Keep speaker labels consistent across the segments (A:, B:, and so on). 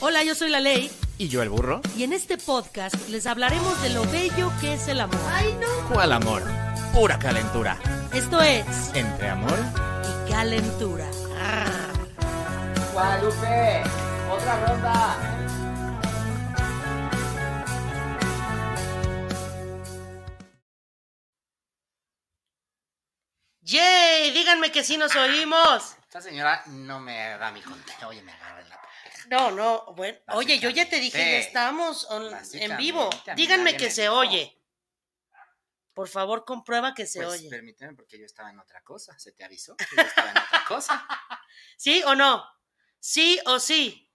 A: Hola, yo soy la Ley
B: ¿Y yo el burro?
A: y en este podcast les hablaremos de lo bello que es el amor. ¡Ay, no!
B: ¿Cuál amor? Pura calentura.
A: Esto es
B: Entre amor.
A: Y Calentura. Arr.
C: Guadalupe, otra ronda.
A: ¡Yay! Díganme que sí nos oímos.
C: Esta señora no me da mi contenido. Oye, me agarra en la pendeja.
A: No, no, bueno. Oye, yo ya te dije, ya
C: Básicamente.
A: estamos on- en
C: Básicamente,
A: vivo.
C: a mí
A: Díganme
C: nadie
A: que
C: me
A: se
C: dijo.
A: oye. Por favor, comprueba que se
C: Pues
A: oye.
C: permíteme porque yo estaba en otra cosa. Se te avisó que yo estaba en otra cosa.
A: ¿Sí o no? ¿Sí o sí?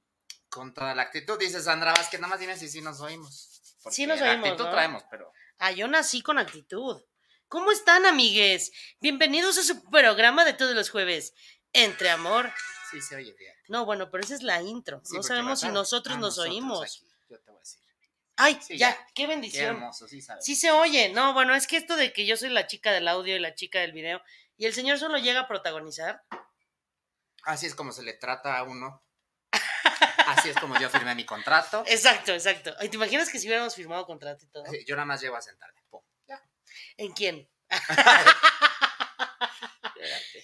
C: Con toda la actitud, dice Sandra Vázquez. Nada más dime si sí nos oímos. Porque
A: Sí nos
C: la
A: oímos,
C: actitud
A: ¿no?
C: traemos, pero
A: Ah, yo nací con actitud. ¿Cómo están, amigues? Bienvenidos a su programa de todos los jueves. Entre amor.
C: sí se oye bien.
A: No, bueno, pero esa es la intro.
C: Sí,
A: no
C: porque
A: sabemos si
C: mataron
A: nosotros
C: a
A: nos
C: nosotros
A: oímos.
C: aquí, Yo te voy a decir.
A: Ay,
C: Sí,
A: ya,
C: ya.
A: qué
C: Qué
A: bendición.
C: hermoso, sí sabes.
A: Sí se oye. No, bueno, es que esto de que yo soy la chica del audio y la chica del video y el señor solo llega a protagonizar.
C: Así es como se le trata a uno. Así es como yo firmé mi contrato.
A: Exacto, exacto. Ay, ¿Te imaginas que si hubiéramos firmado contrato y todo?
C: Así, Yo nada más llevo a sentarme. Pum.
A: ¿En quién?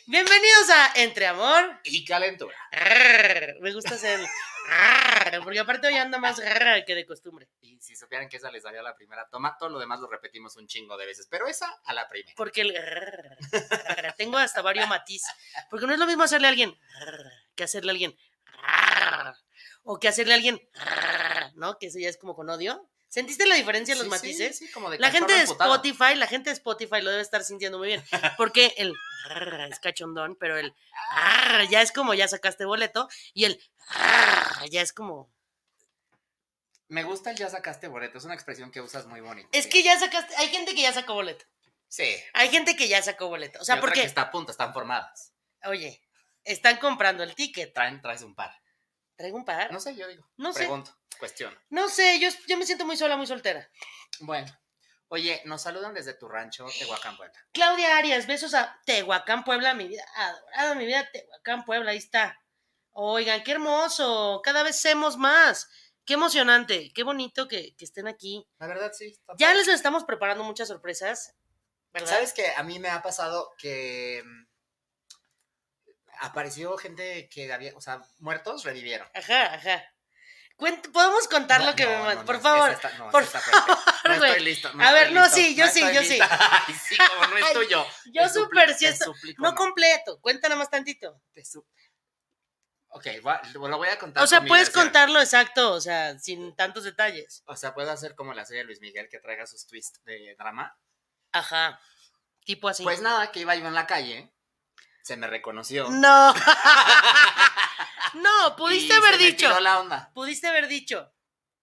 A: Bienvenidos a Entre Amor.
C: Y calentura.
A: Arr, Me gusta hacer el arr, porque aparte hoy anda más arr que de costumbre.
C: Y si supieran que esa les salió a la primera toma, todo lo demás lo repetimos un chingo de veces, pero esa a la primera.
A: Porque el arr, arr, tengo hasta varios matiz. Porque no es lo mismo hacerle a alguien arr, que hacerle a alguien arr, o que hacerle a alguien arr, ¿no? Que eso ya es como con odio. ¿Sentiste la diferencia en los
C: Sí, sí,
A: matices?
C: sí, como de
A: La
C: cachorro
A: gente de
C: emputado.
A: Spotify, la gente de Spotify lo debe estar sintiendo muy bien, porque el arr es cachondón, pero el arr ya es como ya sacaste boleto y el arr ya es como
C: Me gusta el ya sacaste boleto, es una expresión que usas muy bonita.
A: es que ya sacaste, hay gente que ya sacó boleto,
C: Sí.
A: hay gente que ya sacó boleto, o sea,
C: Y otra que
A: porque
C: está a punto, están formadas.
A: oye, están comprando el ticket,
C: Traen, traes un par.
A: traigo un par,
C: No sé, yo digo.
A: no sé,
C: pregunto, cuestiono.
A: no sé, yo, yo me siento muy sola, muy soltera.
C: Bueno. Oye, nos saludan desde tu rancho, Tehuacán, Puebla.
A: Claudia Arias, besos a Tehuacán, Puebla, mi vida adorada, mi vida Tehuacán, Puebla, ahí está. Oigan, qué hermoso, cada vez somos más. Qué emocionante, qué bonito que, que estén aquí.
C: La verdad, sí. está
A: Ya
C: padre.
A: les estamos preparando muchas sorpresas, ¿verdad?
C: ¿Sabes que A mí me ha pasado que mm, apareció gente que había, o sea, muertos revivieron.
A: Ajá, ajá. Cuent- Podemos contar
C: No,
A: lo que
C: no,
A: me
C: no,
A: mandan,
C: no,
A: por
C: esa
A: favor.
C: está- no,
A: por
C: esa está fuerte. No
A: güey.
C: estoy listo.
A: A ver,
C: estoy
A: no,
C: listo,
A: sí, yo sí,
C: estoy
A: yo sí.
C: lista. Ay, sí, como no es
A: Ay,
C: tuyo.
A: Yo
C: Te supli-
A: súper si
C: te
A: esto.
C: suplico,
A: No
C: no.
A: completo, cuéntala más tantito.
C: Te su- Ok, va- lo voy a contar.
A: O sea,
C: con mi
A: puedes
C: versión.
A: contarlo exacto, o sea, sin tantos detalles.
C: O sea, puedo hacer como la serie de Luis Miguel que traiga sus twists de drama.
A: Ajá. Tipo así.
C: Pues nada, que iba yo en la calle, se me reconoció.
A: No. no,
C: y
A: Mm, pudiste
C: se
A: haber
C: me
A: dicho.
C: tiró la onda.
A: Pudiste haber dicho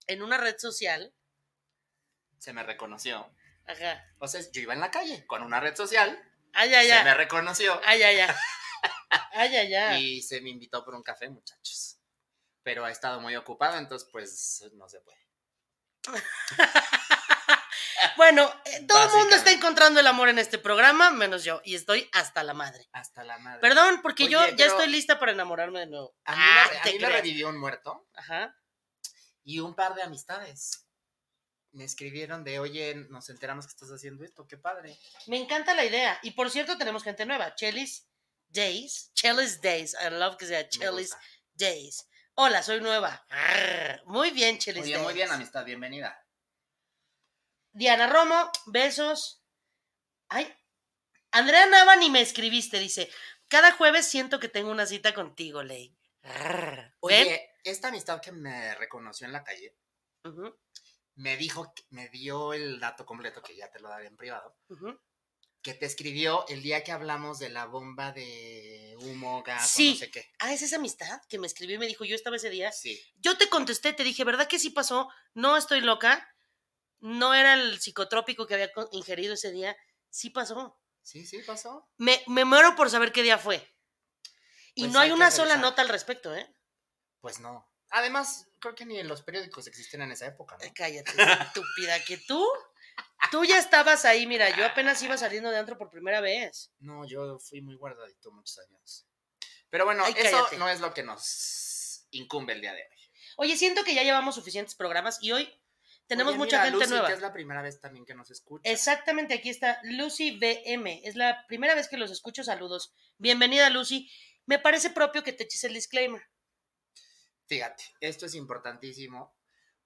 A: en una red social.
C: Se me reconoció.
A: Ajá.
C: Entonces, yo iba en la calle con una red social,
A: Ay, ay,
C: se me
A: ay.
C: reconoció
A: Ay, ay, ay. Ay, ay, ay.
C: y se me invitó por un café, muchachos. Pero ha estado muy ocupado, entonces pues no se puede.
A: Bueno, eh, todo el mundo está
C: Básicamente.
A: encontrando el amor en este programa, menos yo. Y estoy hasta la madre.
C: Hasta la madre.
A: Perdón, porque yo
C: Oye,
A: ya
C: pero-
A: estoy lista para enamorarme de nuevo.
C: A mí,
A: Ah,
C: me, a
A: te
C: mí me
A: creas.
C: revivió un muerto
A: Ajá.
C: y un par de amistades. Me escribieron de, oye, nos enteramos que estás haciendo esto, qué padre.
A: Me encanta la idea. Y por cierto, tenemos gente nueva. Chelis Days. Chelis Days. I love que sea
C: Me
A: Chelis
C: gusta.
A: Days. Hola, soy nueva. Arr, Muy bien, Chelis
C: Oye, muy
A: Days.
C: bien, amistad, bienvenida.
A: Diana Romo, besos. Ay, Andrea Nava ni me escribiste, dice. Cada jueves siento que tengo una cita contigo, Ley. Arr, ¿Ven?
C: Oye, esta amistad que me reconoció en la calle
A: Ujú,
C: me dijo, que- me dio el dato completo, que ya te lo daré en privado,
A: ujú.
C: que te escribió el día que hablamos de la bomba de humo, gas, o
A: Sí.
C: no sé qué.
A: Ah, es esa amistad que me escribió y me dijo, yo estaba ese día.
C: Sí.
A: Yo te contesté, te dije, ¿verdad que sí pasó? No estoy loca. No era el psicotrópico que había co- ingerido ese día. Sí pasó.
C: Sí, sí, pasó.
A: Me, me muero por saber qué día fue. Y
C: Pues
A: no hay
C: hay que
A: una sola
C: revisar.
A: nota al respecto, ¿eh?
C: Pues no. Además, creo que ni en los periódicos existen en esa época, ¿no?
A: Ay, Eh, Cállate, estúpida, que tú, tú ya estabas ahí, mira, yo apenas iba saliendo de antro por primera vez.
C: No, yo fui muy guardadito muchos años. Pero bueno,
A: Ay,
C: eso
A: cállate.
C: no es lo que nos incumbe el día de hoy.
A: Oye, siento que ya llevamos suficientes programas y hoy tenemos
C: Oye,
A: mucha
C: mira,
A: gente
C: Lucy,
A: nueva.
C: Que es la primera vez también que nos escucha.
A: Exactamente, aquí está Lucy BM. Es la primera vez que los escucho. Saludos. Bienvenida, Lucy. Me parece propio que te eches el disclaimer.
C: Fíjate, esto es importantísimo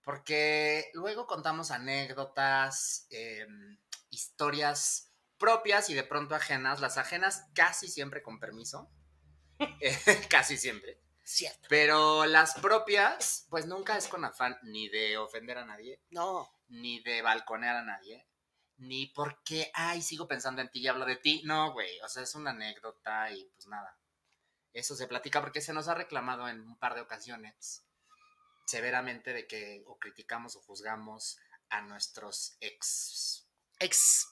C: porque luego contamos anécdotas, eh, historias propias y de pronto ajenas. Las ajenas casi siempre con permiso, eh, casi siempre.
A: Cierto.
C: Pero las propias, pues nunca es con afán ni de ofender a nadie,
A: No.
C: ni de balconear a nadie, ni porque, ay, sigo pensando en ti y hablo de ti. No, güey, o sea, es una anécdota y pues nada. Eso se platica porque se nos ha reclamado en un par de ocasiones severamente de que o criticamos o juzgamos a nuestros ex
A: Ex.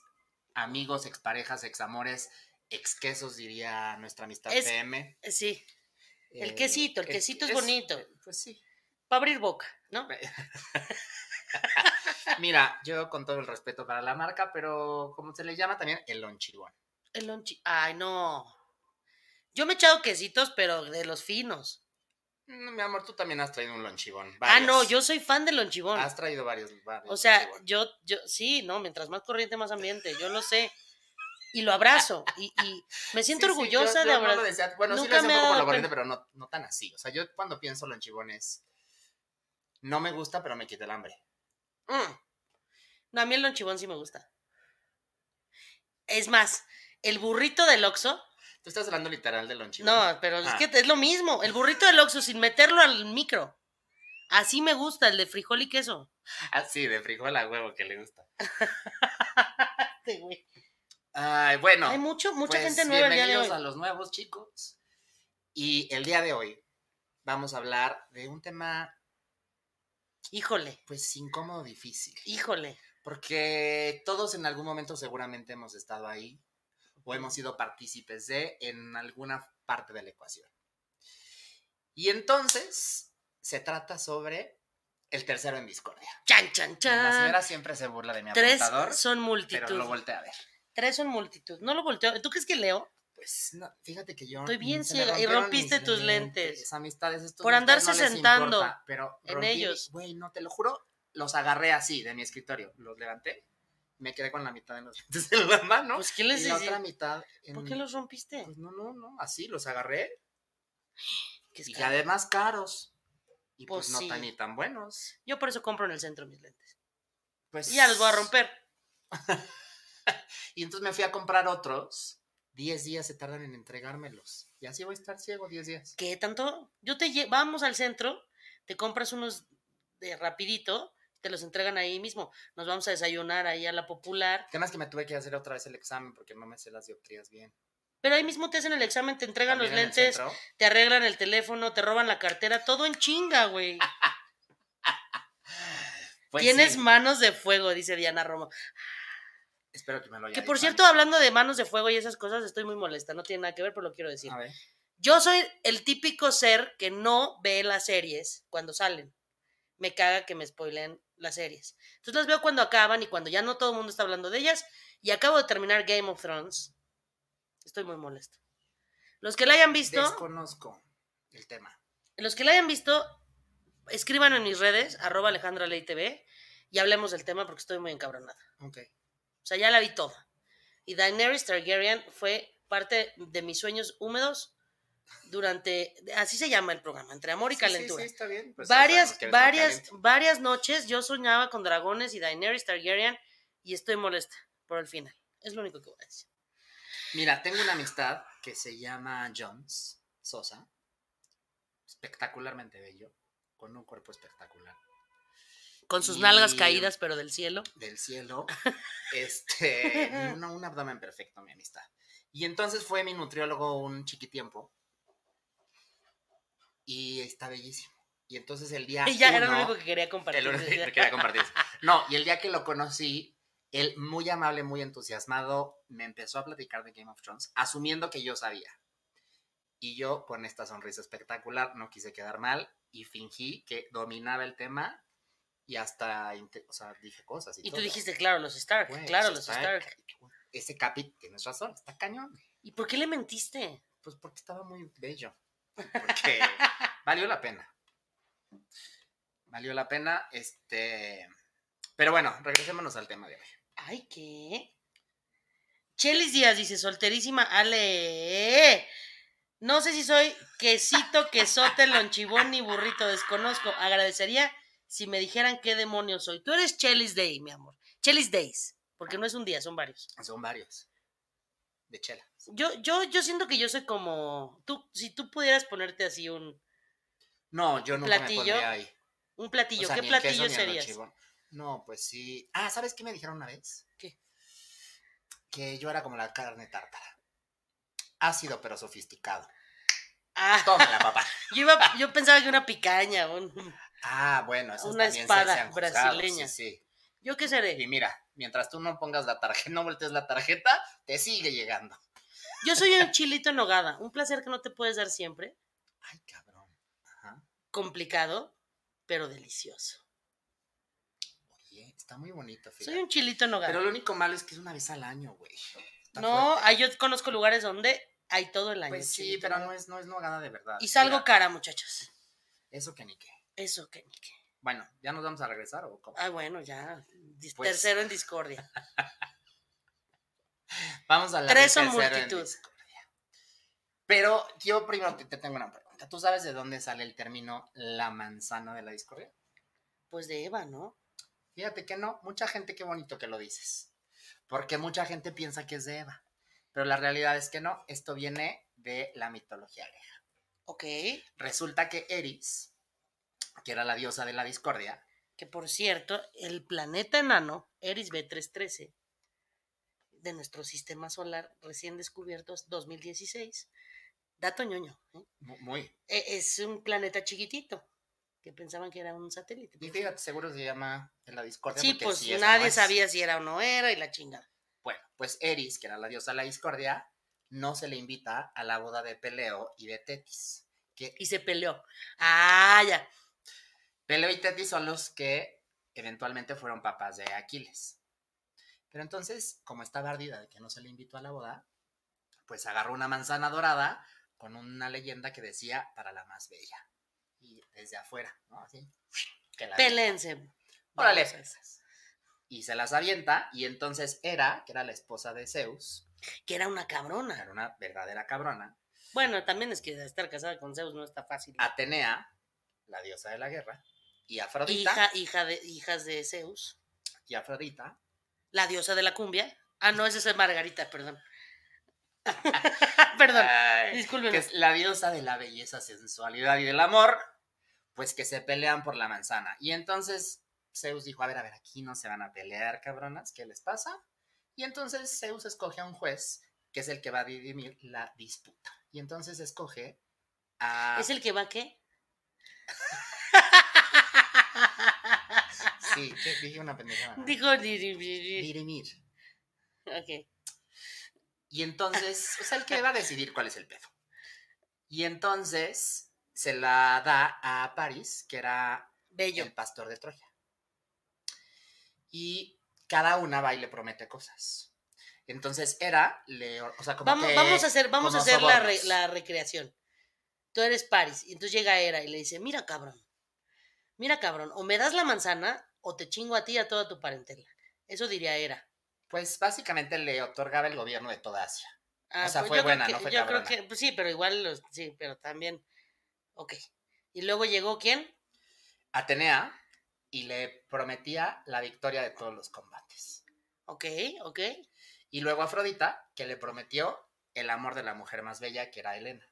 C: amigos, ex parejas, ex amores, ex quesos, diría nuestra amistad
A: Es-
C: PM.
A: Sí. El
C: Eh,
A: quesito, el quesito es bonito.
C: Pues sí.
A: Para abrir boca, ¿no?
C: Mira, yo con todo el respeto para la marca, pero como se le llama también, el lonchibón.
A: El lonchi. Ay, no. Yo me he echado quesitos, pero de los finos.
C: No, mi amor, tú también has traído un lonchibón.
A: Ah,
C: varios.
A: no, yo soy fan del lonchibón.
C: Has traído varios. varios
A: O sea,
C: Ah, lonchibón.
A: yo, yo, sí, no, mientras más corriente, más ambiente, yo lo sé. Y lo abrazo. Y, y me siento
C: Sí, sí, yo-
A: orgullosa
C: yo
A: de
C: no lo
A: abrazar.
C: decía- bueno, sí
A: Nunca
C: lo hacía
A: me he
C: un poco con
A: dado
C: lo valiente, pero no, no tan así. O sea, yo cuando pienso lonchibón es. No me gusta, pero me quita el hambre.
A: Mm. No, a mí el lonchibón sí me gusta. Es más, el burrito del Oxxo.
C: Tú estás hablando literal del lonchibón.
A: No, pero es
C: Ah.
A: que es lo mismo. El burrito del Oxxo sin meterlo al micro. Así me gusta, el de frijol y queso.
C: Ah, sí, de frijol a huevo que le gusta.
A: Este güey.
C: Ay, bueno.
A: Hay mucho, mucha
C: pues,
A: gente nueva el día de
C: bienvenidos
A: hoy.
C: a los nuevos chicos. Y el día de hoy vamos a hablar de un tema,
A: Híjole,
C: pues, incómodo, difícil.
A: híjole.
C: Porque todos en algún momento seguramente hemos estado ahí o hemos sido partícipes de en alguna parte de la ecuación. Y entonces se trata sobre el tercero en discordia.
A: Chan, chan,
C: La
A: chan.
C: señora siempre se burla de mi
A: Tres
C: apuntador,
A: son
C: pero lo
A: multitud.
C: voltea a ver.
A: Tres son multitud. No lo volteo. ¿Tú crees que leo?
C: Pues no, fíjate que yo
A: Estoy bien
C: se me
A: ciega, y
C: rompieron
A: rompiste
C: mis
A: tus lentes.
C: Amistades, estos
A: Por
C: amistades
A: andarse
C: no les
A: sentando
C: importa, pero
A: en
C: rompí-
A: ellos.
C: Güey, no te lo juro, los agarré así de mi escritorio, los levanté, me quedé con la mitad de los lentes en la mano.
A: Pues, ¿qué les
C: y la
A: decía?
C: otra mitad. En...
A: ¿Por qué los rompiste?
C: Pues no, no, no, así los agarré.
A: Que es
C: Y
A: caro.
C: además caros. Y pues,
A: Pues
C: no
A: sí.
C: tan ni tan buenos.
A: Yo por eso compro en el centro mis lentes.
C: Pues.
A: Y ya los voy a romper.
C: Y entonces me fui a comprar otros. Diez días se tardan en entregármelos. Y así voy a estar ciego diez días.
A: ¿Qué tanto? Yo te lle- vamos al centro, te compras unos de rapidito, te los entregan ahí mismo. Nos vamos a desayunar ahí a la popular,
C: El tema es que me tuve que hacer otra vez el examen porque no me sé las dioptrías bien.
A: pero ahí mismo te hacen el examen, te entregan los
C: También en el
A: lentes,
C: centro,
A: te arreglan el teléfono, te roban la cartera, todo en chinga, güey.
C: Ah, pues
A: Tienes
C: sí, Pues
A: manos de fuego, dice Diana Romo.
C: Espero que me lo haya
A: Que por
C: dicho
A: cierto, hablando de manos de fuego y esas cosas, estoy muy molesta, no tiene nada que ver, pero lo quiero
C: antes.
A: decir.
C: A ver.
A: Yo soy el típico ser que no ve las series cuando salen. Me caga que me spoilen las series. Entonces las veo cuando acaban y cuando ya no todo el mundo está hablando de ellas. Y acabo de terminar Game of Thrones. Estoy muy molesta. Los que la hayan visto,
C: Desconozco el tema.
A: los que la hayan visto, escriban en mis redes, arroba Alejandra Ley TV, y hablemos del tema porque estoy muy encabronada.
C: Ok.
A: O sea, ya la vi toda. Y Daenerys Targaryen fue parte de mis sueños húmedos durante, así se llama el programa, entre amor y
C: Sí, sí,
A: calentura.
C: sí, está bien. pues ya
A: varias,
C: sabemos que eres muy
A: varias,
C: caliente.
A: varias noches yo soñaba con dragones y Daenerys Targaryen y estoy molesta por el final. Es lo único que voy a decir.
C: Mira, tengo una amistad que se llama Jones Sosa, espectacularmente bello, con un cuerpo espectacular
A: Con sus
C: Y-
A: nalgas caídas, pero del cielo.
C: del cielo, este, y una- un abdomen perfecto, mi amistad. Y entonces fue mi nutriólogo un chiquitiempo y está bellísimo. Y entonces el día
A: Y ya era lo
C: uno-
A: único que quería compartir.
C: Ah, El único que quería compartir. No, y el día que lo conocí, él muy amable, muy entusiasmado, me empezó a platicar de Game of Thrones, asumiendo que yo sabía. Y yo, con esta sonrisa espectacular, no quise quedar mal y fingí que dominaba el tema y hasta, inte- o sea, dije cosas. Y,
A: Y tú
C: todo.
A: dijiste, claro, los Stark,
C: Güey,
A: claro,
C: eso
A: los
C: está-
A: Stark.
C: Ese capi, tienes razón, está cañón.
A: ¿Y por qué le mentiste?
C: Pues porque estaba muy bello. Porque valió la pena. Valió la pena. Este. Pero bueno, regresémonos al tema de hoy.
A: Ay, ¿qué? Chelis Díaz dice, solterísima, ale. No sé si soy quesito, quesote, lonchibón ni burrito, desconozco. Agradecería si me dijeran qué demonio soy. Tú eres Chelis Day, mi amor. Chelis Days, porque no es un día, son varios.
C: Son varios. De chela.
A: Yo, yo, yo siento que yo soy como. Tú, si tú pudieras ponerte así un,
C: No, yo nunca
A: ¿Platillo?
C: me pondría ahí.
A: un platillo,
C: O sea,
A: ¿qué
C: ni el queso
A: platillo
C: ni el
A: serías?
C: lonchibón. No, pues sí. Ah, ¿sabes qué me dijeron una vez?
A: ¿Qué?
C: Que yo era como la carne tártara. Ácido pero sofisticado.
A: Ah,
C: Tómala, papá.
A: yo, iba- yo pensaba que una picaña. un-
C: Ah, bueno, eso
A: Una
C: también
A: espada
C: se hacen juzgados,
A: brasileña.
C: Sí,
A: ¿Yo qué
C: sí. Y
A: seré?
C: mira, mientras tú no pongas la tarjeta, no voltees la tarjeta, te sigue llegando.
A: Yo soy un chilito en nogada, un placer que no te puedes dar siempre.
C: Ay, cabrón. Ajá.
A: Complicado, pero delicioso.
C: Oye, está muy bonito,
A: Soy
C: fíjate.
A: un chilito en nogada.
C: Pero lo único malo es que es una vez al año, güey. Está
A: No,
C: fuerte.
A: ay, yo conozco lugares donde hay todo el año.
C: Pues sí,
A: chilito en
C: pero
A: nogada.
C: no es, no es nogada de verdad.
A: Y salgo
C: Mira,
A: cara, muchachos.
C: Eso que ni qué.
A: Eso, que ni qué.
C: Bueno, ¿ya nos vamos a regresar o cómo?
A: Ah, bueno, ya. Dis-
C: Pues.
A: Tercero en discordia.
C: Vamos a la
A: Tres son
C: tercera en
A: multitud.
C: discordia. Pero yo primero te, te tengo una pregunta. ¿Tú sabes de dónde sale el término la manzana de la discordia?
A: Pues de Eva, ¿no?
C: Fíjate que no, mucha gente, qué bonito que lo dices. Porque mucha gente piensa que es de Eva. Pero la realidad es que no, esto viene de la mitología griega.
A: Ok.
C: Resulta que Eris, que era la diosa de la discordia,
A: Que por cierto, el planeta enano, Eris B313, de nuestro sistema solar recién descubierto, 2016. Dato ñoño. ¿eh?
C: mu- muy.
A: E- Es un planeta chiquitito, que pensaban que era un satélite.
C: Y
A: pero
C: fíjate, seguro se llama de la discordia.
A: Sí,
C: porque
A: pues
C: si esa no
A: nadie
C: es.
A: sabía si era o no era y la chingada.
C: Bueno, pues Eris, que era la diosa de la discordia, no se le invita a la boda de Peleo y de Tetis. Que
A: Y se peleó. Ah, ya.
C: Peleo y Tetis son los que eventualmente fueron papás de Aquiles. Pero entonces, como estaba ardida de que no se le invitó a la boda, pues agarró una manzana dorada con una leyenda que decía para la más bella. Y desde afuera, ¿no? Así. Que la
A: Pelense.
C: Órale,
A: Vamos a
C: pues.
A: ver.
C: Y se las avienta, y entonces Hera, que era la esposa de Zeus,
A: Que era una cabrona.
C: era una verdadera cabrona,
A: Bueno, también es que estar casada con Zeus no está fácil. ¿no?
C: Atenea, la diosa de la guerra, y Afrodita,
A: Hija, hija de, hijas de Zeus.
C: y Afrodita,
A: La diosa de la cumbia. Ah, no, esa es Margarita, perdón. perdón.
C: ay,
A: Disculpen.
C: que es la diosa de la belleza, sensualidad y del amor, pues que se pelean por la manzana. Y entonces Zeus dijo, a ver, a ver, aquí no se van a pelear, cabronas, ¿qué les pasa? Y entonces Zeus escoge a un juez, que es el que va a dirimir la disputa. Y entonces escoge a...
A: ¿Es el que va qué?
C: Sí, que- dije una pendejada. ¿no?
A: Dijo. di- di- di- di-
C: Dirimir.
A: Ok.
C: Y entonces, o sea, el que va a decidir cuál es el pedo. Y entonces se la da a París, que era
A: Bello.
C: el pastor de Troya. Y cada una va y le promete cosas. Entonces era, le, or- o sea, como
A: Vamos,
C: que-
A: vamos a hacer, vamos a
C: como
A: hacer la, re-
C: sobornos.
A: la recreación. Tú eres Paris. Y entonces llega Hera y le dice, mira cabrón, mira cabrón, o me das la manzana o te chingo a ti y a toda tu parentela. Eso diría Hera.
C: pues básicamente le otorgaba el gobierno de toda Asia.
A: Ah,
C: O sea,
A: pues
C: fue
A: yo creo
C: buena,
A: que-
C: no fue
A: Yo creo
C: cabrona.
A: que, pues sí, pero igual, los- sí, pero también, ok. Y luego llegó, ¿quién?
C: Atenea y le prometía la victoria de todos los combates.
A: Ok, ok.
C: Y luego Afrodita, que le prometió el amor de la mujer más bella, que era Helena.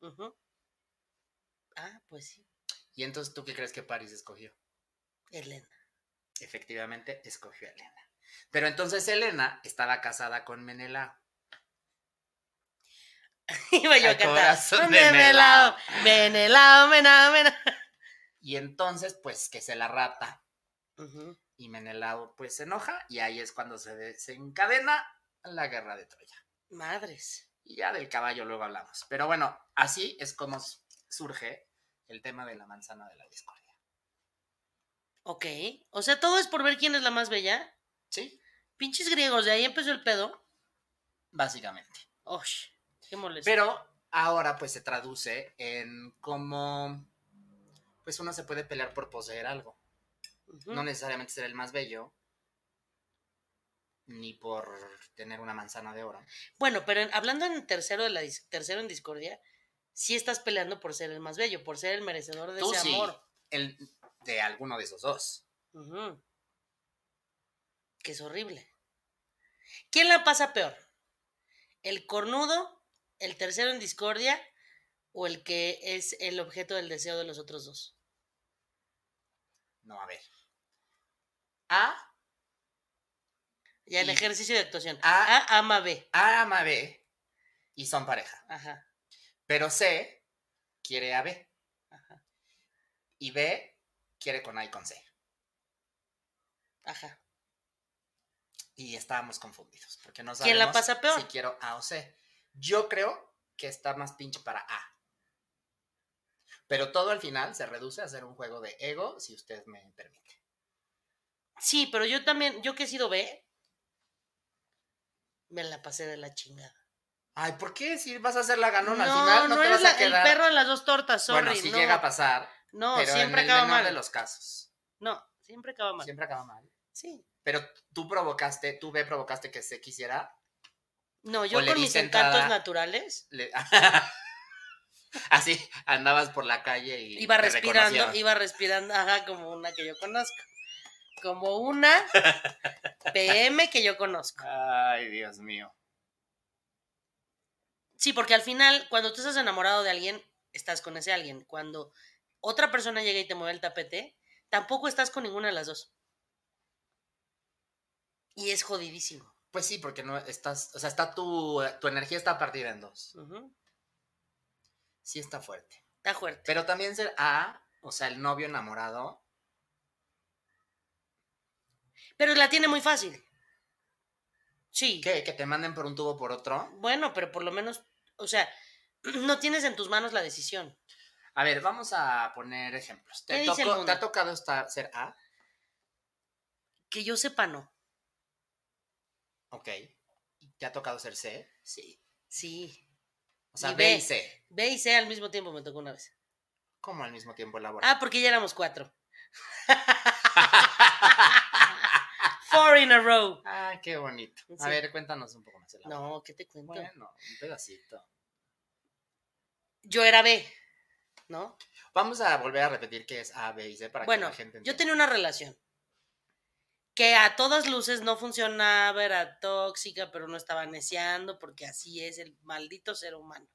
A: ujú. Ah, pues sí,
C: Y entonces, ¿tú qué crees que París escogió?
A: Elena.
C: Efectivamente, escogió a Helena. Pero entonces Helena estaba casada con Menelao.
A: Iba yo
C: Al
A: a cantar.
C: corazón de
A: Menelao, Menelao, Menelao, Menelao.
C: Y entonces, pues, que se la rapta.
A: Ujú.
C: Y Menelao, pues, se enoja. Y ahí es cuando se desencadena la guerra de Troya.
A: Madres.
C: Y ya del caballo luego hablamos. Pero bueno, así es como s- surge el tema de la manzana de la discordia.
A: Ok. O sea, todo es por ver quién es la más bella.
C: ¿Sí?
A: Pinches griegos, de ahí empezó el pedo.
C: Básicamente.
A: Osh, qué molesto.
C: Pero ahora, pues, se traduce en cómo pues uno se puede pelear por poseer algo.
A: Ujú.
C: No necesariamente ser el más bello, ni por tener una manzana de oro.
A: Bueno, pero en- hablando en tercero, de la, dis- tercero en discordia, sí estás peleando por ser el más bello, por ser el merecedor de
C: Tú
A: ese
C: sí,
A: amor.
C: el, de alguno de esos dos.
A: Ujú. Que es horrible. ¿Quién la pasa peor? ¿El cornudo, el tercero en discordia o el que es el objeto del deseo de los otros dos?
C: No, a ver. A
A: Ya el
C: Y-
A: ejercicio de actuación.
C: Ah.
A: A ama B.
C: A ama a B y son pareja.
A: Ajá.
C: Pero C quiere a B.
A: Ajá.
C: Y B quiere con A y con C.
A: Ajá.
C: Y estábamos confundidos. Porque no sabemos
A: ¿Quién la pasa peor?
C: si quiero A o C. Yo creo que está más pinche para A. Pero todo al final se reduce a ser un juego de ego, si usted me permite.
A: Sí, pero yo también, yo que he sido B, me la pasé de la chingada.
C: Ay, ¿por qué? Si vas a ser la ganona, al
A: no,
C: final no,
A: no
C: te
A: eres
C: vas
A: la-
C: a quedar.
A: el perro en las dos tortas, sorry.
C: bueno, si
A: no,
C: llega a pasar,
A: no,
C: pero
A: siempre
C: en el
A: acaba
C: menor
A: mal.
C: de los casos.
A: No, siempre acaba mal.
C: Siempre acaba mal.
A: Sí.
C: Pero tú provocaste, tú B provocaste que se quisiera.
A: No, yo
C: le
A: con mis
C: diste
A: encantos
C: entrada.
A: naturales
C: le- Así andabas por la calle y.
A: iba
C: te
A: respirando,
C: reconocieron.
A: iba respirando, ajá, como una que yo conozco. Como una PM que yo conozco.
C: Ay, Dios mío.
A: Sí, porque al final, cuando tú estás enamorado de alguien, estás con ese alguien. Cuando otra persona llega y te mueve el tapete, tampoco estás con ninguna de las dos. Y es jodidísimo.
C: Pues sí, porque no estás. O sea, está tu, tu energía está partida en dos.
A: Ujú.
C: Sí, está fuerte.
A: Está fuerte.
C: Pero también ser A, o sea, el novio enamorado.
A: Pero la tiene muy fácil. Sí.
C: ¿Qué? Que te manden por un tubo por otro.
A: Bueno, pero por lo menos, o sea, no tienes en tus manos la decisión.
C: A ver, vamos a poner ejemplos.
A: ¿Qué
C: ¿Te,
A: dice el
C: tocó-
A: mundo?
C: ¿te ha tocado estar, ser A?
A: Que yo sepa, no.
C: Ok. ¿Te ha tocado ser C? Sí.
A: Sí.
C: O sea,
A: Y
C: B
A: B.
C: y C.
A: B y C al mismo tiempo me tocó una vez.
C: ¿Cómo al mismo tiempo elaborar?
A: Ah, porque ya éramos cuatro. Four in a row.
C: Ah, qué bonito. A
A: Sí.
C: ver, cuéntanos un poco más. el amor.
A: No, ¿qué te cuento?
C: Bueno, un pedacito.
A: Yo era B, ¿no?
C: Vamos a volver a repetir que es A, B y C para
A: Bueno,
C: que la gente
A: yo
C: entienda.
A: tenía una relación que a todas luces no funcionaba, era tóxica, pero no estaba neceando, porque así es el maldito ser humano.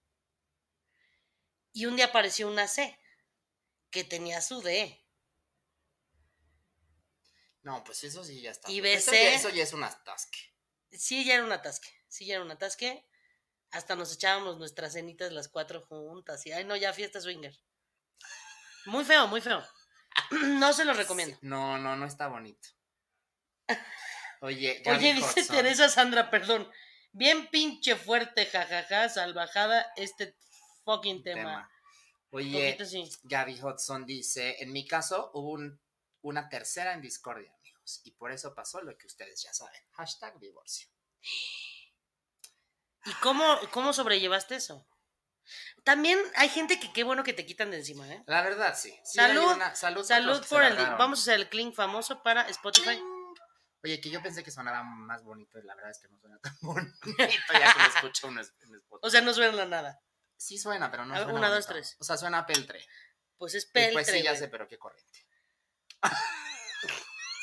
A: Y un día apareció una C que tenía su D.
C: No, pues eso sí ya está.
A: Y
C: fuerte.
A: B,
C: Eso
A: C.
C: ya- Eso ya es un atasque.
A: Sí, ya era un atasque, sí, ya era un atasque. Hasta nos echábamos nuestras cenitas las cuatro juntas. Y ay, no, ya fiesta swinger. Muy feo, muy feo. No se lo recomiendo.
C: Sí, No, no, no está bonito. Oye, Gaby
A: Oye, dice
C: Hudson,
A: Teresa Sandra, perdón. Bien pinche fuerte, jajaja, salvajada este fucking tema.
C: tema. eh,
A: Poquito
C: Oye,
A: sí.
C: Gaby Hudson dice, en mi caso hubo un- una tercera en discordia, amigos, y por eso pasó lo que ustedes ya saben. Hashtag divorcio.
A: ¿Y cómo, cómo sobrellevaste eso? También hay gente que qué bueno que te quitan de encima, ¿eh?
C: La verdad, sí. Sí,
A: Salud.
C: hay una- salud, por los
A: Salud
C: que se
A: por el...
C: largaron.
A: Vamos a hacer el clink famoso para Spotify.
C: Pues, Oye, que yo pensé que sonaba más bonito, y la verdad es que no suena tan bonito. Ya que lo escucho uno es- en Spotify.
A: O sea, no suena nada.
C: sí suena, pero no
A: A ver,
C: suena
A: una, dos,
C: bonito.
A: tres.
C: O sea, suena peltre.
A: Pues es
C: Y
A: peltre,
C: pues sí, ya
A: güey.
C: sé, pero qué corriente.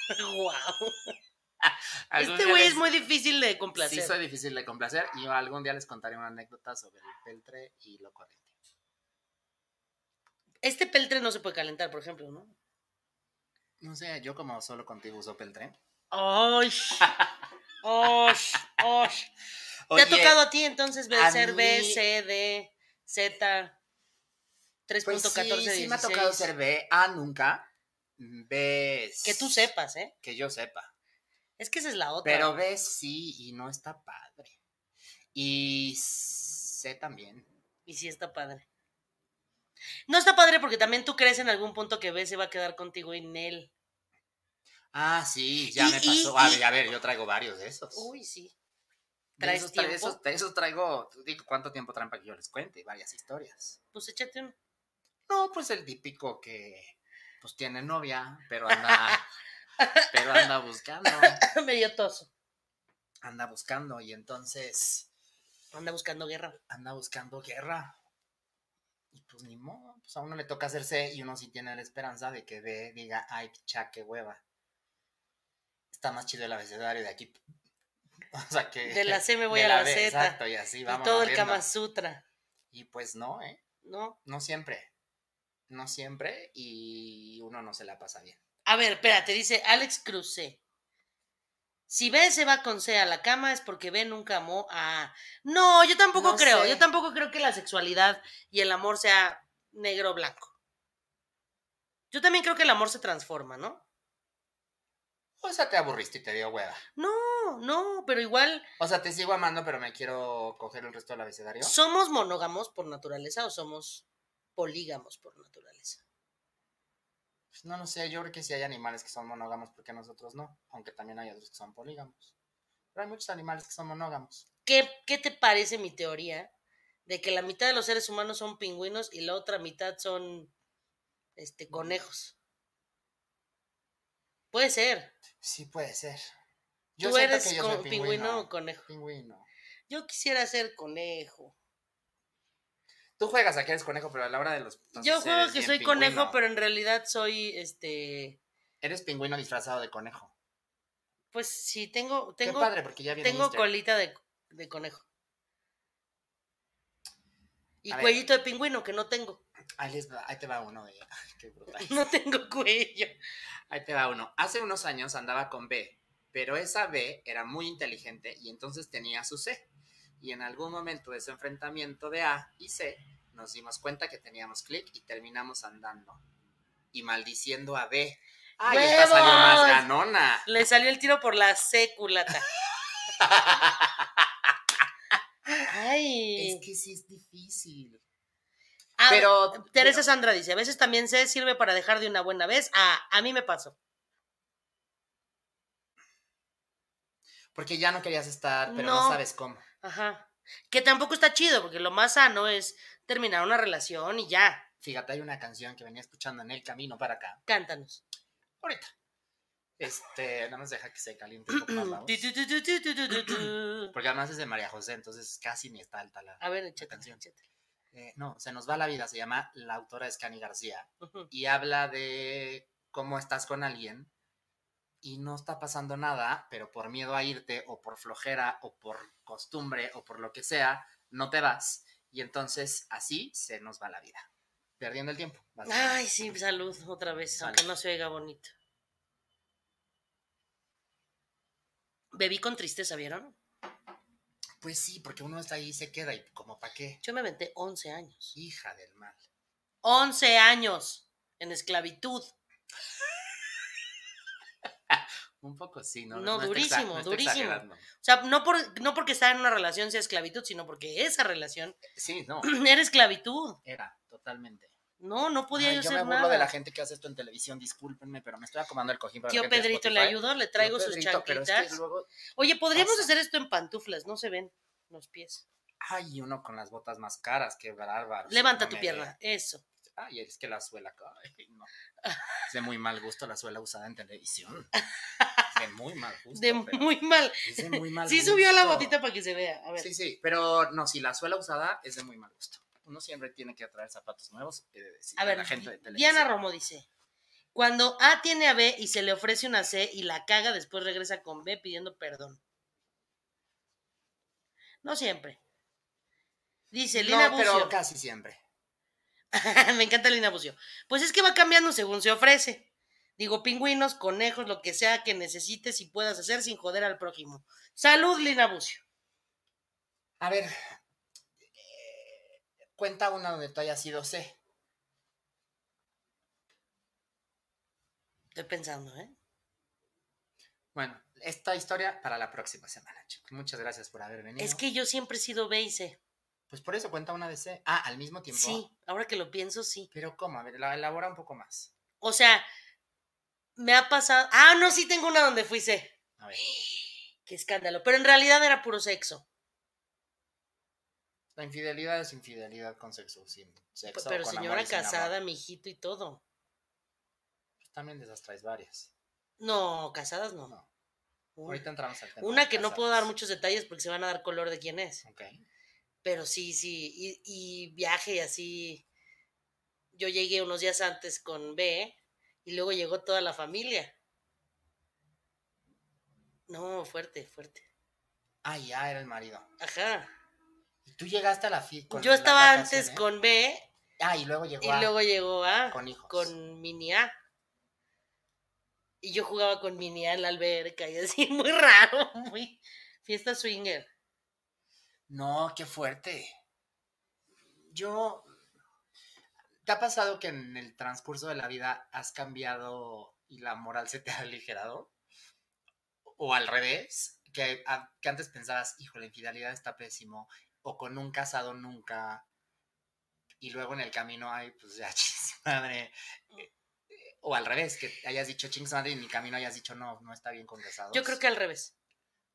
A: Guau.
C: Algún
A: Este
C: día
A: güey
C: les-
A: es muy difícil de
C: Sí,
A: complacer.
C: soy difícil de complacer y algún día les contaré una anécdota sobre el peltre y lo corriente.
A: Este peltre no se puede calentar, por ejemplo, ¿no?
C: No sé, yo como solo contigo uso peltre.
A: ¡Ay! ¡Ay! ¡Ay! Te ha tocado a ti entonces B,
C: a
A: ser B,
C: mí-
A: C, D, Z, 3.14.
C: Pues sí, sí me ha tocado
A: 16.
C: ser B. A nunca. B es-
A: Que tú sepas, ¿eh?
C: Que yo sepa.
A: Es que esa es la otra.
C: Pero B sí y no está padre. Y C también.
A: Y sí está padre. No está padre porque también tú crees en algún punto que B se va a quedar contigo y Nel.
C: Ah, sí, ya
A: Y-
C: me
A: y-
C: pasó. A
A: y-
C: ver, a ver, yo traigo varios de esos.
A: Uy, sí.
C: De
A: ¿traes
C: esos, tra-
A: tiempo?
C: esos- de esos traigo, digo, ¿cuánto tiempo traen para que yo les cuente? Varias historias.
A: Pues échate un.
C: No, pues el típico que pues tiene novia, pero anda, pero anda buscando,
A: Medio toso.
C: anda buscando y entonces
A: Anda buscando guerra.
C: anda buscando guerra. Y pues ni modo, pues a uno le toca hacerse y uno sí tiene la esperanza de que ve, diga, ay, picha, qué hueva. Está más chido el abecedario de aquí. O sea que.
A: De la C me voy
C: de
A: a la,
C: B,
A: Z.
C: Exacto, y así
A: y
C: vamos.
A: todo el
C: viendo.
A: Kama Sutra,
C: Y pues no, ¿eh?
A: ¿no?
C: No siempre. No siempre y uno no se la pasa bien.
A: A ver, espérate, dice Alex Cruce. Si B se va con C a la cama es porque B nunca amó a... A. No, yo tampoco
C: No
A: creo.
C: sé.
A: Yo tampoco creo que la sexualidad y el amor sea negro o blanco. Yo también creo que el amor se transforma, ¿no?
C: O sea, te aburriste y te dio hueva.
A: No, no, pero igual
C: O sea, te sigo amando, pero me quiero coger el resto del abecedario.
A: ¿Somos monógamos por naturaleza o somos polígamos por naturaleza?
C: Pues no lo sé, yo creo que sí hay animales que son monógamos porque nosotros no, aunque también hay otros que son polígamos. Pero hay muchos animales que son monógamos.
A: ¿Qué, qué te parece mi teoría de que la mitad de los seres humanos son pingüinos y la otra mitad son este, conejos? Puede ser.
C: Sí, puede ser.
A: ¿Tú
C: siento
A: eres
C: yo
A: co-
C: soy
A: pingüino. o conejo?
C: Pingüino.
A: Yo quisiera ser conejo.
C: Tú juegas a que eres conejo, pero a la hora de los... putazos
A: Yo juego
C: eres
A: que
C: bien
A: soy conejo,
C: pingüino.
A: pero en realidad soy este.
C: Eres pingüino disfrazado de conejo.
A: Pues sí, tengo, tengo,
C: Qué padre, porque ya viene
A: tengo
C: Easter.
A: colita de, de conejo. Y
C: A ver.
A: cuellito de pingüino, que no tengo.
C: Ahí, les va- ahí te va uno de... Ay, qué brutal.
A: No tengo cuello.
C: Ahí te va uno. Hace unos años andaba con B, pero esa B era muy inteligente y entonces tenía su C. Y en algún momento de ese enfrentamiento de A y C, nos dimos cuenta que teníamos clic y terminamos andando. Y maldiciendo a B. ¡Ay, esta salió más
A: ¡Huevos!
C: ganona!
A: Le salió el tiro por la seculata. Ay.
C: Es que sí es difícil.
A: Ah,
C: Pero,
A: Teresa Sandra dice, a veces también se sirve para dejar de una buena vez. Ah, a mí me pasó.
C: pero- porque ya no querías estar, pero
A: No.
C: no sabes cómo.
A: Ajá. Que tampoco está chido, porque lo más sano es terminar una relación y ya.
C: Fíjate, hay una canción que venía escuchando en el camino para acá.
A: Cántanos.
C: Ahorita. Este, no nos deja que se caliente un poco más la voz.
A: Tu, tu, tu, tu, tu, tu, tu, tu.
C: Porque además es de María José, entonces casi ni está alta la.
A: A ver, échate,
C: canción.
A: échate.
C: Eh, no, Se nos va la vida, se llama La autora es Cani García
A: Ujú.
C: y habla de cómo estás con alguien y no está pasando nada, pero por miedo a irte o por flojera o por costumbre o por lo que sea, no te vas. Y entonces así se nos va la vida, perdiendo el tiempo. básicamente.
A: Ay, sí, salud otra vez, aunque
C: Salud.
A: no se oiga bonito. Bebí con tristeza, ¿vieron?
C: Pues sí, porque uno está ahí y se queda y como para qué.
A: Yo me aventé 11 años.
C: Hija del mal.
A: 11 años en esclavitud.
C: Un poco sí, ¿no?
A: No,
C: está exa-
A: durísimo,
C: está
A: durísimo.
C: exagerando.
A: O sea, no, por, no porque estar en una relación sea esclavitud, sino porque esa relación
C: Sí, no,
A: era esclavitud.
C: era totalmente.
A: No, no podía
C: Ay,
A: yo,
C: yo
A: hacer
C: me burlo
A: nada.
C: de la gente que hace esto en televisión, discúlpenme, pero me estoy acomodando el cojín para la
A: Tío
C: gente de
A: Pedrito le
C: Spotify.
A: ayudo, le
C: Tío
A: traigo sus
C: Pedrito, pero es que
A: chanquitas.
C: luego
A: Oye, podríamos
C: pasa.
A: hacer esto en pantuflas, no se ven los pies.
C: hay uno con las botas más caras, qué bárbaro.
A: Levanta
C: No
A: tu
C: me
A: pierna, eso.
C: digas. Ay, es que la suela, ay, no. Es de muy mal gusto la suela usada en televisión. De muy mal gusto.
A: De
C: pero
A: muy mal.
C: es de muy mal
A: Sí subió la
C: gusto.
A: botita para que se vea. A ver.
C: Sí, sí, pero no, si la suela usada es de muy mal gusto. Uno siempre tiene que traer zapatos nuevos, he de decir,
A: A ver,
C: la gente de
A: Di-
C: televisión.
A: Diana Romo dice: Cuando A tiene a B y se le ofrece una C y la caga, después regresa con B pidiendo perdón. No siempre. Dice Lina
C: No, pero
A: Bucio.
C: casi siempre.
A: Me encanta Lina Bucio. Pues es que va cambiando según se ofrece. Digo, pingüinos, conejos, lo que sea que necesites y puedas hacer sin joder al prójimo. Salud, Lina Bucio.
C: A ver, eh, cuenta una donde tú hayas sido C.
A: Estoy pensando, ¿eh?
C: Bueno, esta historia para la próxima semana, chicos. Muchas gracias por haber venido.
A: Es que yo siempre he sido B y C.
C: Pues por eso cuenta una de C. Ah, al mismo tiempo.
A: Sí, ahora que lo pienso, sí.
C: Pero ¿cómo? A ver, la elabora un poco más.
A: O sea, me ha pasado. Ah, no, sí tengo una donde fui C.
C: A ver,
A: Qué escándalo. Pero en realidad era puro sexo.
C: la infidelidad es infidelidad con sexo, sin sexo.
A: Pero
C: con amor
A: señora
C: y sin amor.
A: casada, mi hijito y todo.
C: También de esas traes varias.
A: No, casadas no.
C: No.
A: Uy.
C: Ahorita entramos al tema.
A: Una
C: de
A: que no
C: casados.
A: puedo dar muchos detalles porque se van a dar color de quién es.
C: Ok.
A: Pero sí, sí. Y, y viaje así. Yo llegué unos días antes con B y luego llegó toda la familia. No, fuerte, fuerte.
C: Ah, ya era el marido.
A: Ajá.
C: Y tú llegaste a la ¿eh? fiesta.
A: Yo estaba antes con B
C: Ah, y luego llegó
A: y
C: a-
A: luego llegó A
C: con hijos.
A: con Mini A. Y yo jugaba con Mini A en la alberca y así, muy raro, muy fiesta swinger.
C: No, qué fuerte. Yo. ¿Te ha pasado que en el transcurso de la vida has cambiado y la moral se te ha aligerado? O al revés, que, a- que antes pensabas, hijo, la infidelidad está pésimo, o con un casado nunca, y luego en el camino, ay, pues ya, chis madre. Eh, eh, O al revés, que hayas dicho ching su madre y en mi camino hayas dicho no, no está bien con casados.
A: Yo creo que al revés.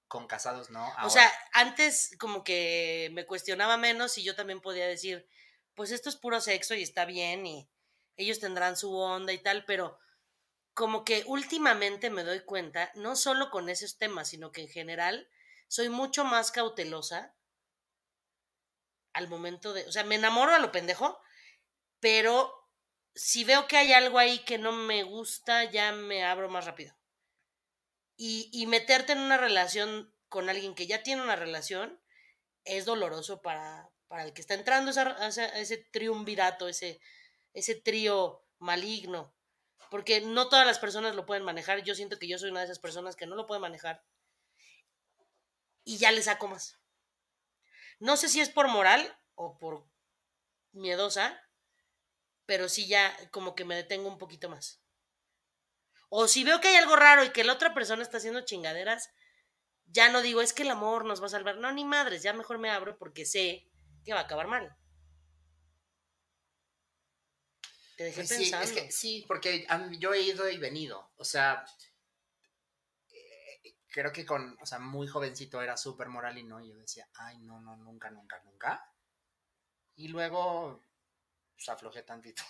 C: con casados no.
A: O
C: ahora.
A: sea, antes como que me cuestionaba menos y yo también podía decir, pues esto es puro sexo y está bien y ellos tendrán su onda y tal, pero como que últimamente me doy cuenta, no solo con esos temas, sino que en general soy mucho más cautelosa al momento de, o sea, me enamoro a lo pendejo, pero si veo que hay algo ahí que no me gusta, ya me abro más rápido y, y meterte en una relación con alguien que ya tiene una relación es doloroso para, para el que está entrando esa- a esa- a ese triunvirato, ese, ese trío maligno. Porque no todas las personas lo pueden manejar. Yo siento que yo soy una de esas personas que no lo puede manejar. Y ya le saco más. No sé si es por moral o por miedosa, pero sí ya como que me detengo un poquito más. O si veo que hay algo raro y que la otra persona está haciendo chingaderas, ya no digo, es que el amor nos va a salvar. No, ni madres, ya mejor me abro porque sé que va a acabar mal. Te dejé
C: Pues sí,
A: pensando.
C: es que sí, porque a mí- yo he ido y venido. O sea, eh, creo que con, o sea, muy jovencito era súper moral y no. y Yo decía, ay, no, no, nunca, nunca, nunca. Y luego, pues aflojé tantito.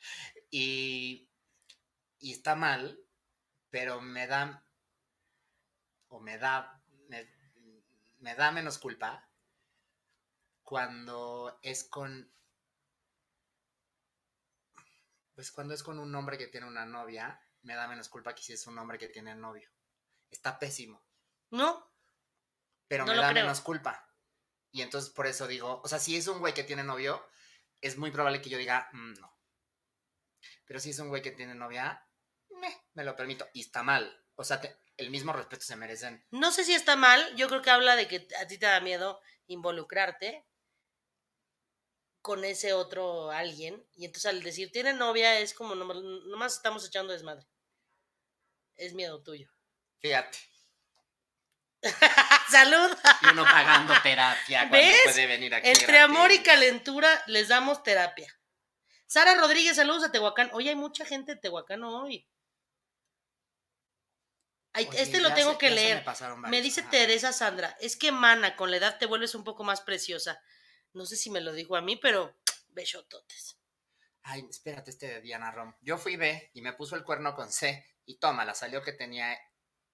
C: Y, y está mal, pero me da, o me da, me, me da menos culpa cuando es con pues cuando es con un hombre que tiene una novia, me da menos culpa que si es un hombre que tiene novio. Está pésimo,
A: No,
C: pero
A: No
C: me
A: lo
C: da
A: creo.
C: menos culpa. Y entonces por eso digo, o sea, si es un güey que tiene novio, es muy probable que yo diga, "Mm, no. Pero si es un güey que tiene novia, meh, me lo permito. Y está mal. O sea, te- el mismo respeto se merecen.
A: no sé si está mal. Yo creo que habla de que a ti te da miedo involucrarte con ese otro alguien. Y entonces al decir tiene novia es como nomás, nomás estamos echando desmadre. Es miedo tuyo.
C: Fíjate. Ah,
A: ¡Salud!
C: Y uno pagando terapia cuando
A: ¿Ves?
C: puede venir aquí.
A: Entre amor y
C: gratis.
A: calentura les damos terapia. Sara Rodríguez, saludos a Tehuacán. Oye, hay mucha gente de Tehuacán hoy. Ay,
C: Oye,
A: este lo
C: ya
A: tengo
C: se-
A: que
C: ya se
A: leer.
C: Me, pasaron
A: Me
C: varios,
A: dice
C: ajá.
A: Teresa Sandra, es que mana, con la edad te vuelves un poco más preciosa. No sé si me lo dijo a mí, pero bellototes.
C: Ay, espérate, este de Diana Rom. Yo fui B y me puso el cuerno con C. Y tómala, salió que tenía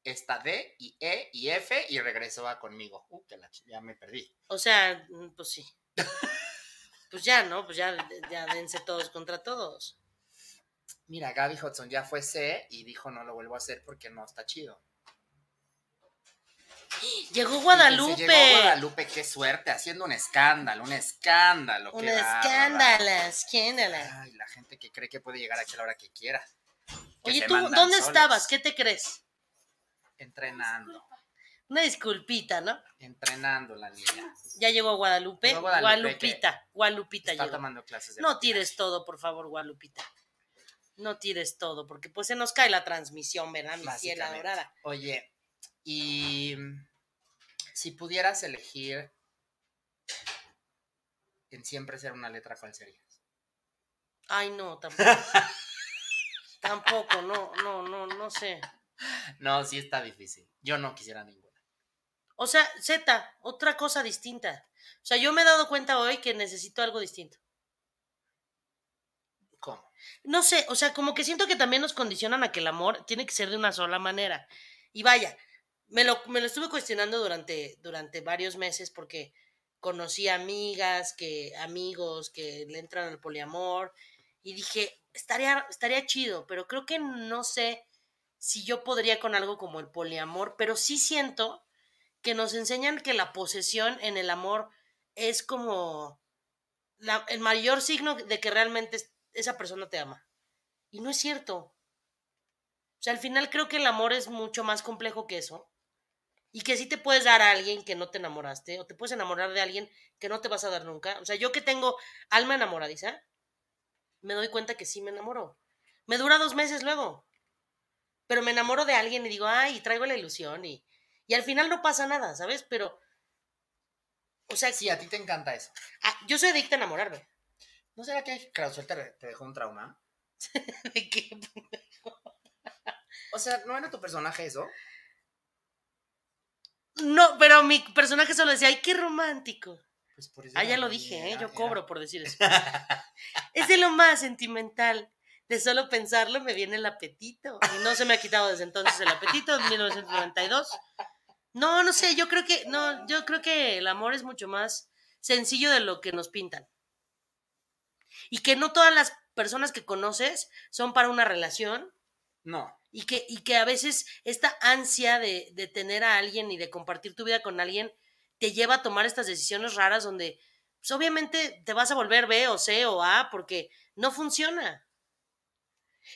C: esta D y E y F y regresó a conmigo. Uh, que la ch- ya me perdí.
A: O sea, mm, pues sí. Pues ya, ¿no? Pues ya, ya dense todos contra todos.
C: Mira, Gaby Hudson ya fue C y dijo no lo vuelvo a hacer porque no está chido.
A: Llegó
C: Fíjense,
A: Guadalupe.
C: Llegó Guadalupe, qué suerte, haciendo un escándalo, un escándalo. qué
A: Un
C: bárbara. Ah,
A: escándalo, escándalo.
C: Ay, la gente que cree que puede llegar aquí a la hora que quiera. Que
A: Oye,
C: se
A: ¿tú
C: mandan
A: dónde
C: solos.
A: estabas? ¿Qué te crees?
C: Entrenando,
A: Una disculpita, ¿no?
C: entrenando la niña.
A: Ya llegó Guadalupe.
C: Llegó Guadalupe,
A: Guadalupita. Guadalupita
C: Está
A: llegó.
C: tomando clases de
A: No tires todo, por favor, Guadalupita. No tires todo, porque pues se nos cae la transmisión, ¿verdad, mi ciela
C: Básicamente.
A: dorada?
C: Oye, y mm, si pudieras elegir en siempre ser una letra, ¿cuál serías?
A: Ay, no, tampoco. tampoco, no, no, no, no sé.
C: No, sí está difícil. Yo no quisiera ninguna.
A: O sea, Z, otra cosa distinta. O sea, yo me he dado cuenta hoy que necesito algo distinto.
C: ¿Cómo?
A: No sé, o sea, como que siento que también nos condicionan a que el amor tiene que ser de una sola manera. Y vaya, me lo, me lo estuve cuestionando durante, durante varios meses porque conocí amigas, que, amigos que le entran al poliamor y dije, estaría, estaría chido, pero creo que no sé si yo podría con algo como el poliamor, pero sí siento que nos enseñan que la posesión en el amor es como la- el mayor signo de que realmente es- esa persona te ama. Y no es cierto. O sea, al final creo que el amor es mucho más complejo que eso. Y que sí te puedes dar a alguien que no te enamoraste, o te puedes enamorar de alguien que no te vas a dar nunca. O sea, yo que tengo alma enamoradiza, me doy cuenta que sí me enamoro. Me dura dos meses luego. Pero me enamoro de alguien y digo, ay, y traigo la ilusión y, y al final no pasa nada, ¿sabes? Pero, o sea,
C: Sí, a ti te encanta eso.
A: ah, yo soy adicta a enamorarme.
C: ¿No será que Clausel te, te dejó un trauma?
A: ¿De qué?
C: O sea, ¿no era tu personaje eso?
A: No, pero mi personaje solo decía, ay, qué romántico.
C: Pues por eso
A: Ah,
C: era
A: ya lo
C: mi-
A: dije, ¿eh?
C: era-
A: yo
C: era-
A: cobro por decir eso. es de lo más sentimental. De solo pensarlo me viene el apetito. Y no se me ha quitado desde entonces el apetito, en 1992. No, no sé, yo creo que, no, yo creo que el amor es mucho más sencillo de lo que nos pintan. Y que no todas las personas que conoces son para una relación,
C: No,
A: y que, y que a veces esta ansia de, de tener a alguien y de compartir tu vida con alguien te lleva a tomar estas decisiones raras donde pues, obviamente te vas a volver B o C o A porque no funciona.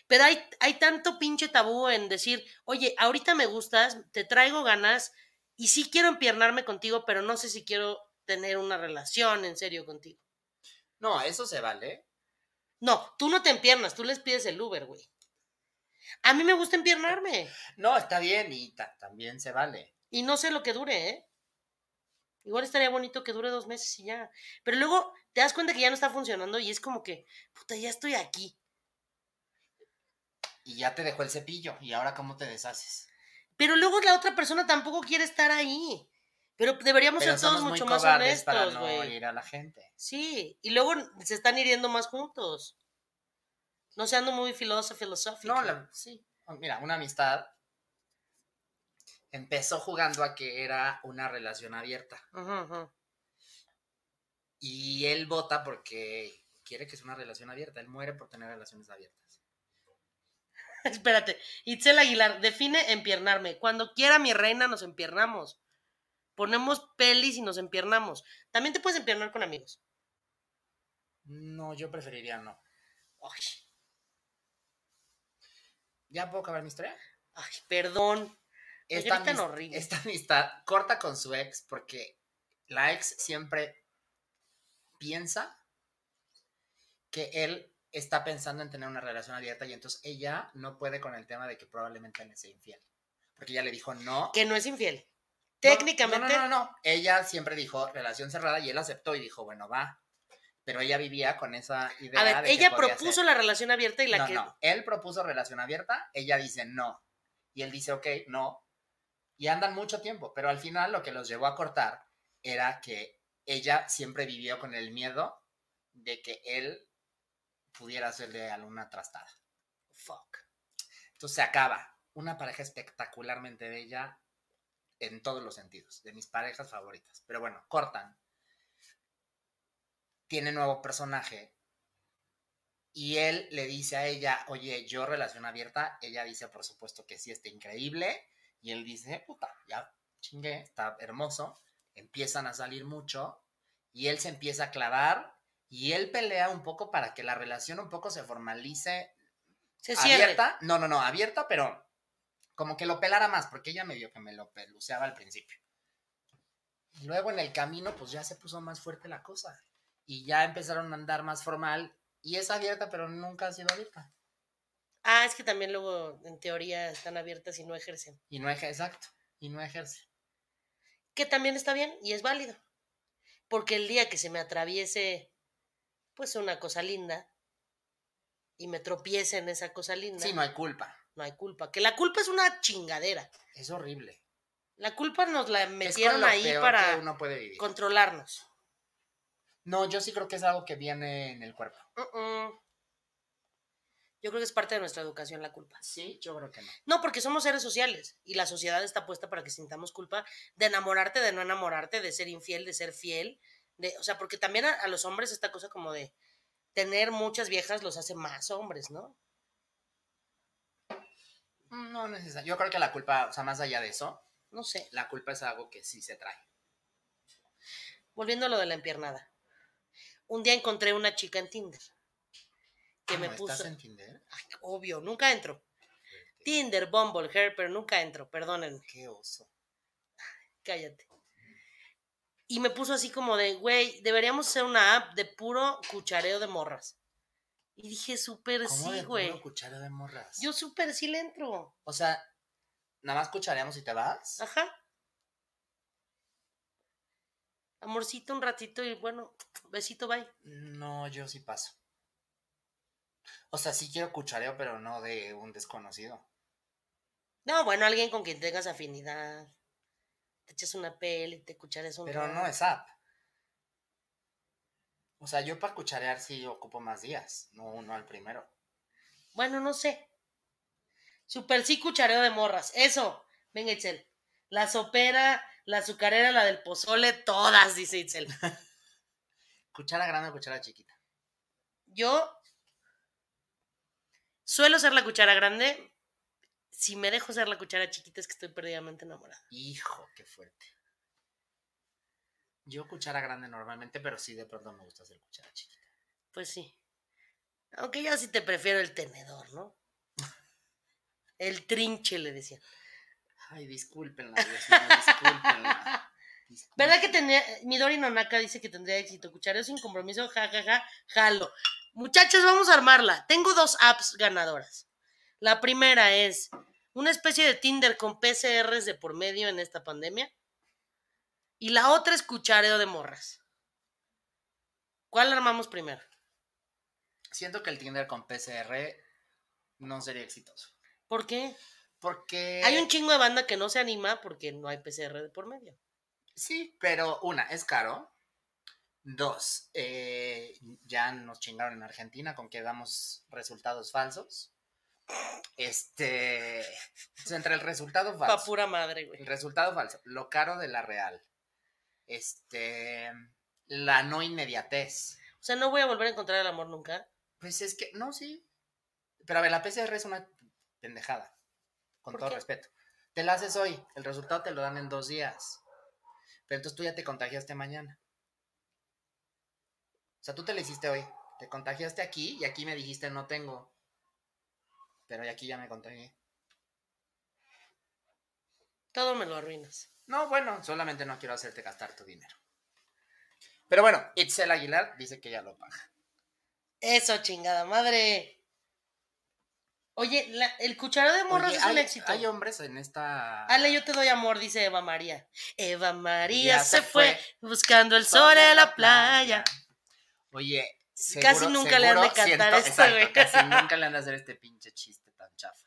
A: Pero hay, hay tanto pinche tabú en decir, oye, ahorita me gustas, te traigo ganas y sí quiero empiernarme contigo, pero no sé si quiero tener una relación en serio contigo.
C: no, eso se vale.
A: No, tú no te empiernas, tú les pides el Uber, güey. A mí me gusta empiernarme.
C: No, está bien y ta- también se vale.
A: Y no sé lo que dure, ¿eh? Igual estaría bonito que dure dos meses y ya. Pero luego te das cuenta que ya no está funcionando y es como que, puta, ya estoy aquí.
C: Y ya te dejó el cepillo. ¿Y ahora cómo te deshaces?
A: Pero luego la otra persona tampoco quiere estar ahí. Pero deberíamos
C: Pero
A: ser todos
C: somos muy
A: mucho más
C: cobardes
A: honestos,
C: para no
A: güey.
C: herir a la gente.
A: Sí, y luego se están hiriendo más juntos. No se ando muy filoso, filosófico.
C: No, la- sí. Oh, Mira, una amistad empezó jugando a que era una relación abierta.
A: Ajá, ajá.
C: Y él vota porque quiere que sea una relación abierta. Él muere por tener relaciones abiertas.
A: Espérate. Itzel Aguilar, define empiernarme. Cuando quiera mi reina, nos empiernamos. Ponemos pelis y nos empiernamos. También te puedes empiernar con amigos.
C: No, yo preferiría no.
A: Ay,
C: ¿Ya puedo acabar mi historia?
A: ay, perdón. Oye, ahorita
C: amis-
A: no ríes.
C: esta amistad corta con su ex porque la ex siempre piensa que él está pensando en tener una relación abierta y entonces ella no puede con el tema de que probablemente le sea infiel. Porque ella le dijo no.
A: Que no es infiel.
C: No,
A: Técnicamente.
C: No, no, no, no. Ella siempre dijo relación cerrada y él aceptó y dijo, bueno, va. Pero ella vivía con esa idea.
A: A
C: de
A: ver,
C: que
A: ella
C: podía
A: propuso
C: ser.
A: la relación abierta y la
C: no,
A: que.
C: no. Él propuso relación abierta, ella dice no. Y él dice, ok, no. Y andan mucho tiempo, pero al final lo que los llevó a cortar era que ella siempre vivió con el miedo de que él pudiera hacerle alguna trastada.
A: Fuck.
C: Entonces se acaba. Una pareja espectacularmente bella en todos los sentidos, de mis parejas favoritas. Pero bueno, cortan. Tiene nuevo personaje. Y él le dice a ella, oye, yo relación abierta. Ella dice, por supuesto que sí, está increíble. Y él dice, puta, ya chingué, está hermoso. Empiezan a salir mucho. Y él se empieza a clavar. Y él pelea un poco para que la relación un poco se formalice
A: Se cierra.
C: abierta, no, no, no, abierta, pero como que lo pelara más, porque ella me vio que me lo peluceaba al principio. Luego en el camino, pues ya se puso más fuerte la cosa. Y ya empezaron a andar más formal. Y es abierta, pero nunca ha sido abierta.
A: Ah, es que también luego, en teoría, están abiertas y no ejercen.
C: Y no ejerce, exacto. Y no ejerce.
A: Que también está bien y es válido. Porque el día que se me atraviese, pues una cosa linda, y me tropiece en esa cosa linda,
C: Sí, no hay culpa.
A: no hay culpa. Que la culpa es una chingadera.
C: Es horrible.
A: La culpa nos la
C: Es con
A: metieron
C: lo
A: ahí
C: peor
A: para
C: que uno puede vivir.
A: controlarnos.
C: No, yo sí creo que es algo que viene en el cuerpo.
A: Mm, mm. Yo creo que es parte de nuestra educación la culpa.
C: Sí, yo creo que no.
A: No, porque somos seres sociales y la sociedad está puesta para que sintamos culpa de enamorarte, de no enamorarte, de ser infiel, de ser fiel. De, o sea, porque también a, a los hombres esta cosa como de tener muchas viejas los hace más hombres, ¿no?
C: No necesario. Yo creo que la culpa, o sea, más allá de eso,
A: No sé.
C: la culpa es algo que sí se trae.
A: Volviendo a lo de la empiernada. Un día encontré una chica en Tinder que
C: Ah,
A: me
C: no,
A: puso.
C: ¿Estás en Tinder?
A: Obvio, nunca entro. Tinder, Bumble, Hair, pero nunca entro, perdónenme.
C: Qué oso.
A: cállate. Y me puso así como de, güey, deberíamos hacer una app de puro cuchareo de morras. Y dije, súper
C: ¿Cómo
A: Pues sí,
C: de
A: güey.
C: puro cuchara de morras?
A: Yo súper sí le entro.
C: O sea, nada más cuchareamos y te vas.
A: Ajá. Amorcito un ratito y bueno, besito, bye.
C: No, yo sí paso. O sea, sí quiero cuchareo, pero no de un desconocido.
A: No, bueno, alguien con quien tengas afinidad. Te echas una peli, te cuchareas un
C: Pero no
A: rato.
C: es app. O sea, yo para cucharear sí ocupo más días, no uno al primero.
A: Bueno, no sé. Super sí cuchareo de morras. Eso. Venga, Itzel. La sopera, la azucarera, la del pozole, todas, dice Itzel.
C: Cuchara grande o cuchara chiquita.
A: Yo suelo ser la cuchara grande. Si me dejo ser la cuchara chiquita es que estoy perdidamente enamorada.
C: Hijo, qué fuerte. Yo cuchara grande normalmente, pero sí de pronto me gusta hacer cuchara chiquita.
A: Pues sí. Aunque yo sí te prefiero el tenedor, ¿no? El trinche, le decía.
C: Ay, discúlpenla, Dios mío, discúlpenla.
A: ¿Verdad que tendría, Midori Nonaka dice que tendría éxito? Cuchareo sin compromiso, ja, ja, ja, jalo. Muchachos, vamos a armarla. Tengo dos apps ganadoras. La primera es una especie de Tinder con PCRs de por medio en esta pandemia. Y la otra es cuchareo de morras. ¿Cuál armamos primero?
C: Siento que el Tinder con PCR no sería exitoso.
A: ¿Por qué?
C: Porque.
A: Hay un chingo de banda que no se anima porque no hay PCR de por medio.
C: Sí, pero una, es caro. Dos, eh, ya nos chingaron en Argentina con que damos resultados falsos. Este. o sea, entre el resultado
A: Pa'
C: falso.
A: pura madre, güey.
C: El resultado falso. Lo caro de la real. Este. La no inmediatez.
A: O sea, no voy a volver a encontrar el amor nunca.
C: Pues es que. No, sí. Pero a ver, la PCR es una pendejada. Con
A: ¿Por
C: todo
A: qué?
C: respeto. Te la haces hoy. El resultado te lo dan en dos días. Pero entonces tú ya te contagiaste mañana. O sea, tú te la hiciste hoy. Te contagiaste aquí y aquí me dijiste no tengo. Pero y aquí ya me contagié.
A: Todo me lo arruinas.
C: No, bueno, solamente no quiero hacerte gastar tu dinero. Pero bueno, Itzel Aguilar dice que ya lo paga.
A: Eso, chingada madre. Oye, la- el cucharón de morros
C: Oye,
A: es un
C: hay-
A: éxito.
C: Hay hombres en esta.
A: Ale, yo te doy amor, dice Eva María. Eva María
C: Ya
A: se
C: se
A: fue buscando el sol
C: Sobre
A: en la playa.
C: Oye,
A: Casi nunca le han de
C: seguro
A: cantar
C: siento-
A: esto,
C: exacto,
A: güey.
C: Casi nunca le han de hacer este pinche chiste tan chafa.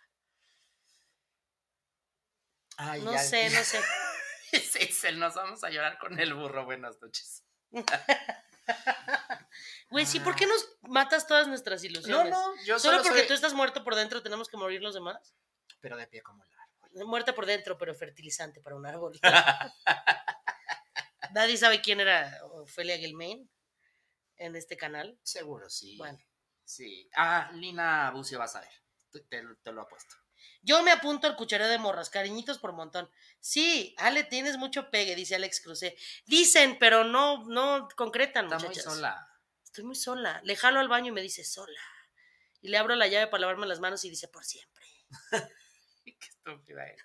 C: Ay,
A: No
C: ya-
A: sé, no sé.
C: Es Itzel, nos vamos a llorar con el burro. Buenas noches.
A: Güey, sí, ¿por
C: Ah.
A: qué nos matas todas nuestras
C: No,
A: ilusiones?
C: no, yo
A: Solo,
C: solo,
A: porque
C: soy-
A: tú estás muerto por dentro, tenemos que morir los demás.
C: Pero de pie como el árbol.
A: Muerta por dentro, pero fertilizante para un árbol. Nadie sabe quién era Ofelia Gilmain en este canal.
C: Seguro, sí.
A: Bueno.
C: Sí. Ah, Lina Bucio vas a ver. Te, te- te lo apuesto.
A: Yo me apunto al cuchareo de morras, cariñitos por montón. Sí, Ale, tienes mucho pegue, dice Alex Crucé. Dicen, pero no, no concretan,
C: Está muy
A: muchachas.
C: sola.
A: Estoy muy sola. Le jalo al baño y me dice sola. Y le abro la llave para lavarme las manos y dice por siempre.
C: Qué estúpida es.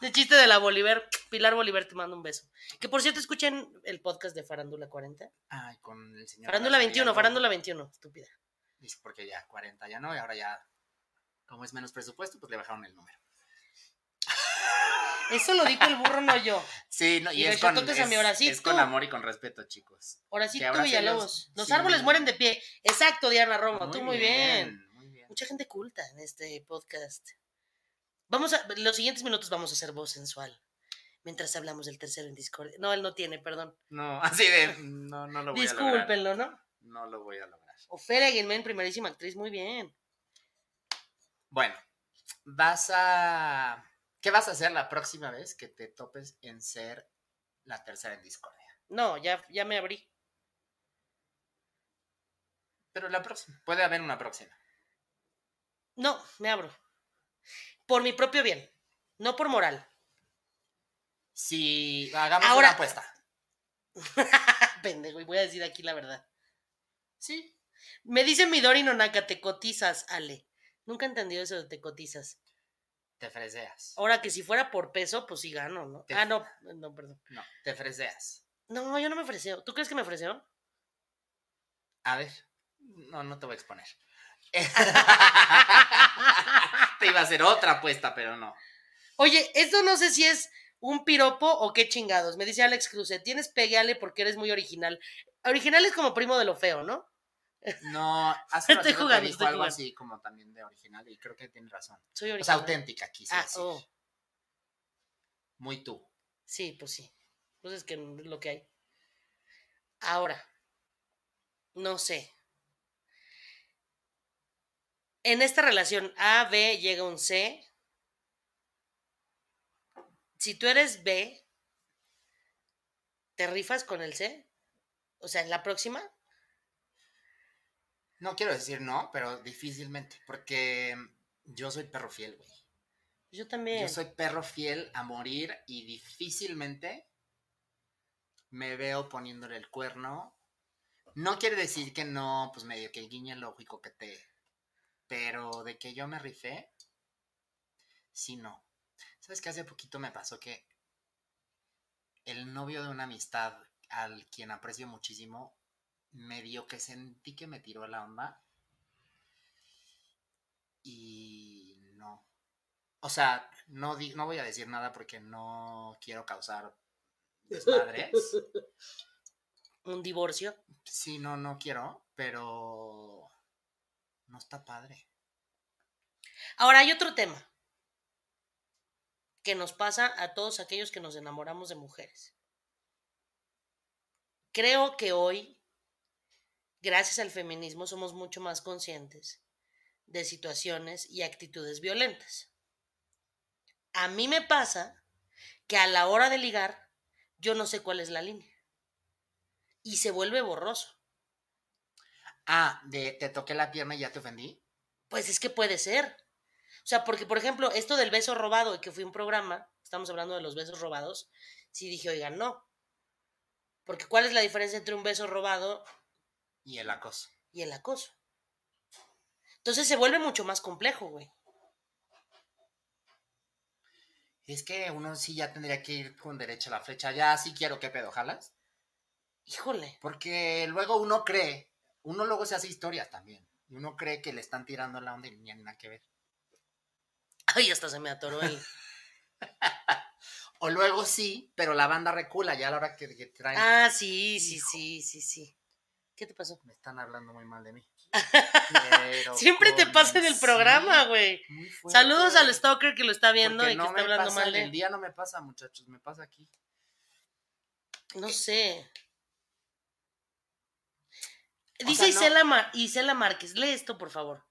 A: El chiste de la Bolívar, Pilar Bolívar, te mando un beso. Que por cierto, escuchen el podcast de Farándula 40.
C: Ay, con el señor.
A: Farándula
C: García
A: 21,
C: Villalobos.
A: Farándula 21, estúpida.
C: Dice, porque ya 40 ya no, y ahora ya, como es menos presupuesto, pues le bajaron el número.
A: Eso lo dijo el burro, no yo.
C: Sí, no,
A: Y
C: y, es,
A: Rachel
C: con,
A: Toques a mi
C: es-
A: Horacito.
C: es con amor y con respeto, chicos.
A: Ahora sí,
C: Que
A: tú,
C: ahora sí los-
A: Villalobos. Los
C: sí.
A: árboles mueren de pie. Exacto, Diana Romo, tú muy bien.
C: Muy bien.
A: mucha gente culta en este podcast. Vamos a, los siguientes minutos vamos a hacer voz sensual. Mientras hablamos del tercero en Discord. No, él no tiene, perdón.
C: No, así de, no, no lo voy a lograr.
A: Discúlpenlo, ¿no?
C: No lo voy a lograr.
A: Ofelia Guilmén, primerísima actriz, muy bien.
C: Bueno, vas a. ¿Qué vas a hacer la próxima vez que te topes en ser la tercera en discordia?
A: No, ya, ya me abrí.
C: Pero la próxima. Puede haber una próxima.
A: No, me abro. Por mi propio bien, no por moral.
C: Si hagamos
A: Ahora-
C: una apuesta.
A: Ah, Pendejo, y voy a decir aquí la verdad.
C: Sí.
A: Me dice Midori Nonaka, te cotizas, Ale. Nunca he entendido eso de te cotizas.
C: Te freseas.
A: Ahora que si fuera por peso, pues sí gano, ¿no?
C: Te-
A: Ah, no, no, perdón.
C: No, te freseas.
A: No, yo no me ofreceo. ¿Tú crees que me ofreceo?
C: A ver. No, no te voy a exponer. te iba a hacer otra apuesta, pero no.
A: Oye, esto no sé si es un piropo o qué chingados. Me dice Alex Cruce, tienes pegue, Ale, porque eres muy original. Original es como primo de lo feo, ¿no?
C: No, hace
A: Estoy
C: ratito te
A: jugando,
C: dijo
A: estoy
C: algo
A: jugando.
C: así como también de original y creo que tiene razón.
A: Soy
C: O
A: original.
C: sea, auténtica, quise
A: Ah,
C: decir.
A: oh,
C: Muy tú.
A: sí, pues sí. Pues es que es lo que hay. Ahora, no sé. En esta relación A, B llega un C. Si tú eres B, ¿te rifas con el C? O sea, en la próxima.
C: No quiero decir no, pero difícilmente, porque yo soy perro fiel, güey.
A: Yo también.
C: Yo soy perro fiel a morir y difícilmente me veo poniéndole el cuerno. No quiere decir que no, pues medio que guiñe el ojo y coquetee. Pero de que yo me rifé, sí no. ¿Sabes que Hace poquito me pasó que el novio de una amistad al quien aprecio muchísimo, medio que sentí que me tiró la onda. Y no. O sea, no, di- no voy a decir nada porque no quiero causar desmadres.
A: un divorcio.
C: Sí, no, no quiero, pero no está padre.
A: Ahora hay otro tema que nos pasa a todos aquellos que nos enamoramos de mujeres. Creo que hoy, gracias al feminismo, somos mucho más conscientes de situaciones y actitudes violentas. A mí me pasa que a la hora de ligar, yo no sé cuál es la línea. Y se vuelve borroso.
C: Ah, de te toqué la pierna y ya te ofendí.
A: Pues es que puede ser. O sea, porque, por ejemplo, esto del beso robado, que fue un programa, estamos hablando de los besos robados, sí dije, oigan, no. Porque ¿cuál es la diferencia entre un beso robado
C: Y el acoso.
A: y el acoso? Entonces se vuelve mucho más complejo, güey.
C: Es que uno sí ya tendría que ir con derecho a la flecha. Ya sí quiero, ¿qué pedo? ¿Jalas?
A: Híjole.
C: Porque luego uno cree, uno luego se hace historias también. Y uno cree que le están tirando la onda y ni nada que ver.
A: Ay, hasta se me atoró el...
C: O luego sí, pero la banda recula ya a la hora que, que traen.
A: Ah, sí, sí,
C: Hijo.
A: sí, sí, sí. ¿Qué te pasó?
C: Me están hablando muy mal de mí. Pero
A: Siempre te pasa en el
C: sí,
A: programa, güey.
C: muy fuerte.
A: Saludos al stalker que lo está viendo
C: Porque
A: y
C: no
A: que está
C: me
A: hablando
C: pasa
A: mal
C: en
A: de
C: el día no me pasa, muchachos, me pasa aquí.
A: No sé.
C: O
A: Dice
C: sea, no-
A: Isela, Ma- Isela Márquez, lee esto, por favor.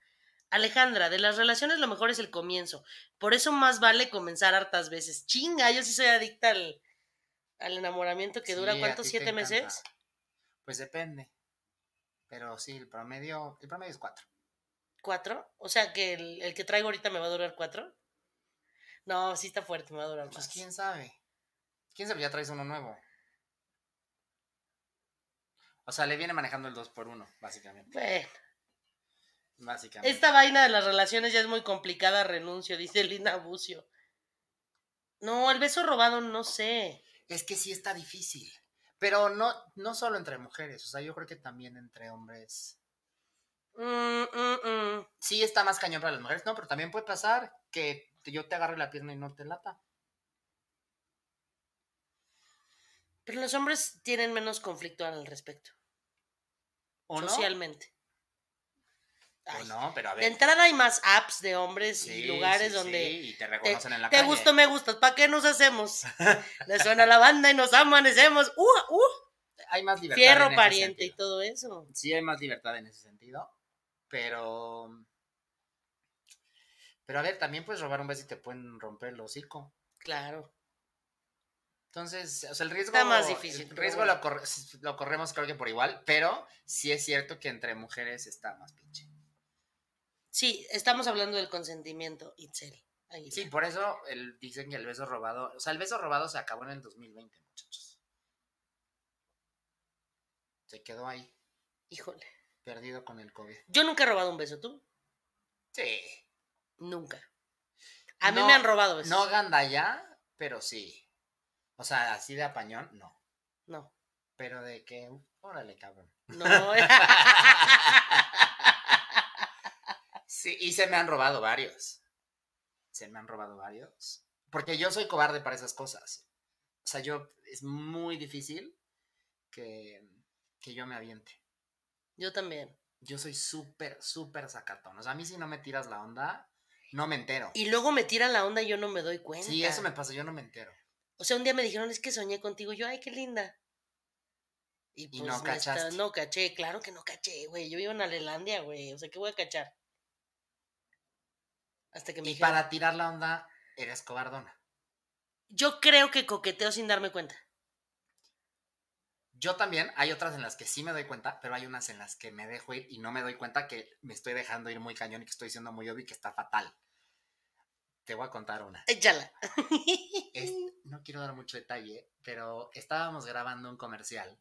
A: Alejandra, de las relaciones lo mejor es el comienzo. Por eso más vale comenzar hartas veces. Chinga, yo sí soy adicta al, al enamoramiento que dura,
C: Sí, a
A: ¿cuántos?
C: ti te
A: ¿Siete
C: encanta.
A: meses?
C: Pues depende. Pero sí, el promedio, el promedio es cuatro.
A: ¿Cuatro? O sea, que el, el que traigo ahorita me va a durar cuatro. No, sí está fuerte, me va a durar
C: Pues
A: más.
C: quién sabe. Quién sabe, ya traes uno nuevo. O sea, le viene manejando el 2 por 1 básicamente.
A: Bueno,
C: Básicamente.
A: esta vaina de las relaciones ya es muy complicada, renuncio, dice Lina Bucio. No, el beso robado no sé.
C: Es que sí está difícil. Pero no, no solo entre mujeres, o sea, yo creo que también entre hombres.
A: Mm, mm, mm.
C: Sí está más cañón para las mujeres, no, pero también puede pasar que yo te agarre la pierna y no te lata.
A: Pero los hombres tienen menos conflicto al respecto,
C: ¿O
A: socialmente.
C: no? O
A: Ay,
C: no, pero a
A: De
C: ver.
A: entrada hay más apps de hombres y
C: Sí,
A: lugares
C: sí,
A: donde
C: sí, y te reconocen en la
A: te
C: calle.
A: gusto, me gustas, ¿para qué nos hacemos? Le suena la banda y nos amanecemos. ¡Uh, uh!
C: hay más libertad. en
A: Fierro
C: ese
A: pariente y
C: sentido.
A: todo eso.
C: Sí, hay más libertad en ese sentido, pero. Pero a ver, también puedes robar un beso y te pueden romper el hocico.
A: Claro.
C: Entonces, o sea, el riesgo.
A: Está más difícil,
C: El
A: pero
C: riesgo
A: bueno.
C: lo, corre- lo corremos, creo que por igual, pero sí es cierto que entre mujeres está más pinche.
A: Sí, estamos hablando del consentimiento, Itzel. Ahí
C: Sí,
A: va.
C: por eso el- dicen que el beso robado, o sea, el beso robado se acabó en el 2020, muchachos. Se quedó ahí,
A: Híjole.
C: perdido con el COVID.
A: Yo nunca he robado un beso, ¿tú?
C: Sí.
A: Nunca. A mí
C: No,
A: me han robado besos.
C: No gandalla, pero sí. O sea, así de apañón, no.
A: No.
C: Pero de que, uh, órale, cabrón.
A: No.
C: Sí, y se me han robado varios. Se me han robado varios. Porque yo soy cobarde para esas cosas. O sea, yo es muy difícil que, que yo me aviente.
A: Yo también.
C: Yo soy súper, súper sacatón. O sea, a mí si no me tiras la onda, no me entero.
A: Y luego me tiran la onda y yo no me doy cuenta.
C: Sí, eso me pasa, yo no me entero.
A: O sea, un día me dijeron, es que soñé contigo. Yo, ay, qué linda. Y, pues,
C: no
A: me está-
C: cachaste.
A: No caché, claro que no caché, güey. Yo vivo en Alelandia, güey. O sea, ¿qué voy a cachar? Hasta que me
C: Y
A: dijeron,
C: para tirar la onda, eres cobardona.
A: yo creo que coqueteo sin darme cuenta.
C: Yo también, hay otras en las que sí me doy cuenta, pero hay unas en las que me dejo ir y no me doy cuenta que me estoy dejando ir muy cañón y que estoy siendo muy obvio y que está fatal. Te voy a contar una.
A: Échala.
C: Es- no quiero dar mucho detalle, pero estábamos grabando un comercial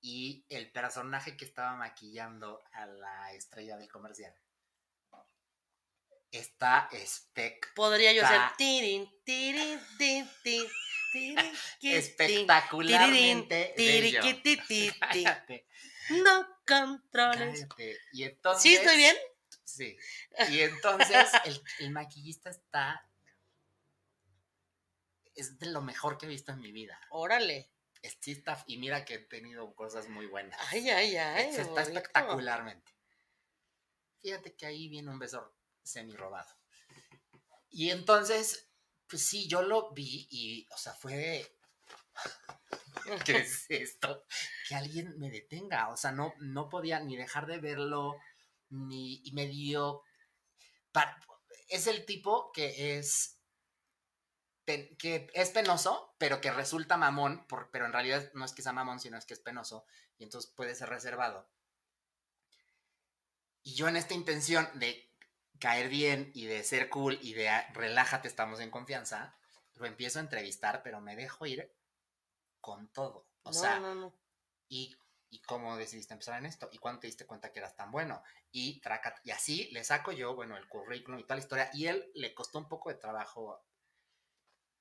C: y el personaje que estaba maquillando a la estrella del comercial está espec-
A: Podría yo
C: Ta-
A: hacer tirin, tirin, tin, tin, tirin, que, tin,
C: espectacularmente
A: tiri,
C: bello.
A: que, ti, ti, ti.
C: Cállate,
A: No controles.
C: cállate. Y entonces,
A: ¿Sí estoy bien?
C: Sí. Y entonces el, el maquillista está. Es de lo mejor que he visto en mi vida.
A: Órale.
C: Es- sí está- y mira que he tenido cosas muy buenas.
A: Ay, ay, ay.
C: Eso está
A: bonito.
C: espectacularmente. Fíjate que ahí viene un beso semi robado. Y entonces, pues sí, yo lo vi y, o sea, fue. de, ¿Qué es esto? Que alguien me detenga. O sea, no, no podía ni dejar de verlo, ni. Y me dio. par- es el tipo que es. pen- que es penoso, pero que resulta mamón, por- pero en realidad no es que sea mamón, sino es que es penoso y entonces puede ser reservado. Y yo en esta intención de caer bien y de ser cool y de ah, relájate, estamos en confianza, lo empiezo a entrevistar, pero me dejo ir con todo. O
A: No,
C: sea,
A: no, no.
C: y, y cómo decidiste empezar en esto, y cuándo te diste cuenta que eras tan bueno, y traca, y así le saco yo, bueno, el currículum y toda la historia, y él le costó un poco de trabajo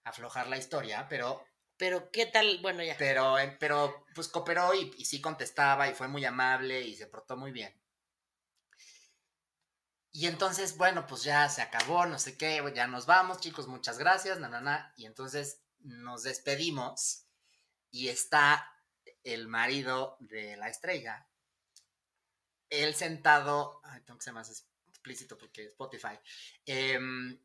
C: aflojar la historia, pero
A: Pero qué tal, bueno, ya.
C: pero, eh, pero pues cooperó y, y sí contestaba y fue muy amable y se portó muy bien. Y entonces, bueno, pues ya se acabó, no sé qué, ya nos vamos, chicos, muchas gracias, na, na, na. Y entonces nos despedimos y está el marido de la estrella, él sentado, ay, tengo que ser más explícito porque Spotify. Em,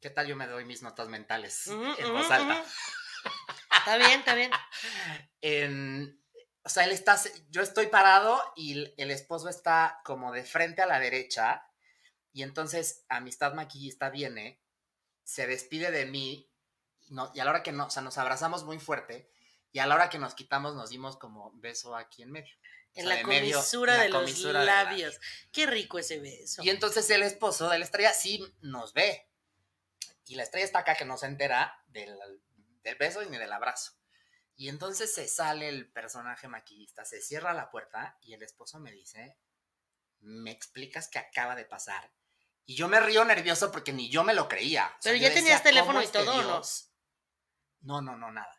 C: ¿Qué tal yo me doy mis notas mentales
A: Ujú,
C: en
A: ujú,
C: voz alta?
A: ujú. mm, Está bien, está bien.
C: en- o sea, él está, se- yo estoy parado y el- el esposo está como de frente a la derecha y entonces amistad maquillista viene, se despide de mí no- y a la hora que nos, o sea, nos abrazamos muy fuerte y a la hora que nos quitamos nos dimos como beso aquí en medio. O
A: En
C: sea,
A: la
C: de medio,
A: comisura
C: en la
A: de los
C: comisura del
A: labios. Qué rico ese beso.
C: Y entonces el esposo de la estrella sí nos ve. Y la estrella está acá que no se entera del, del beso y ni del abrazo. Y entonces se sale el personaje maquillista, se cierra la puerta y el esposo me dice, me explicas qué acaba de pasar. Y yo me río nervioso porque ni yo me lo creía. O sea,
A: Pero
C: yo
A: ya tenías
C: "¿Cómo
A: teléfono y
C: es que
A: todo, ¿o no?"
C: Dios-?" No, no, no, nada.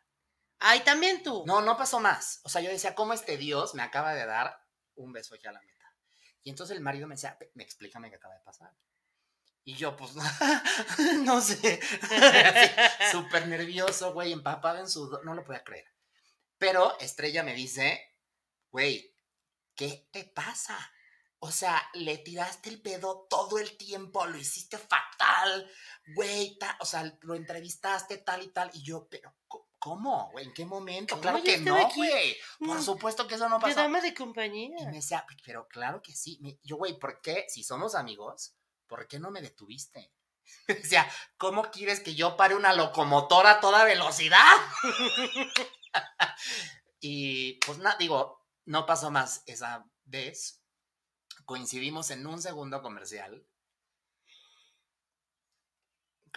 A: Ay, también tú.
C: No, no pasó más. O sea, yo decía, ¿cómo este Dios me acaba de dar un beso aquí a la meta? Y entonces el marido me decía, "Pe- me explícame qué acaba de pasar. Y yo, pues, no sé.
A: Ah.
C: Así, Súper nervioso, güey, empapado en sudor. No lo podía creer. Pero Estrella me dice, güey, ¿qué te pasa? O sea, le tiraste el pedo todo el tiempo, lo hiciste fatal, güey, ta- o sea, lo entrevistaste tal y tal. Y yo, pero, co- ¿cómo, ¿Cómo, güey? ¿En qué momento?
A: ¿Cómo
C: Claro
A: yo
C: que
A: estaba
C: no,
A: aquí?
C: güey. Por
A: Mm.
C: supuesto que eso no
A: De
C: pasó.
A: dama de
C: Y
A: compañía.
C: me decía, pero claro que sí. Me- yo, güey, ¿por qué? Si somos amigos, ¿por qué no me detuviste? Me decía, ¿cómo quieres que yo pare una locomotora a toda velocidad? y pues nada, digo, no pasó más esa vez. Coincidimos en un segundo comercial.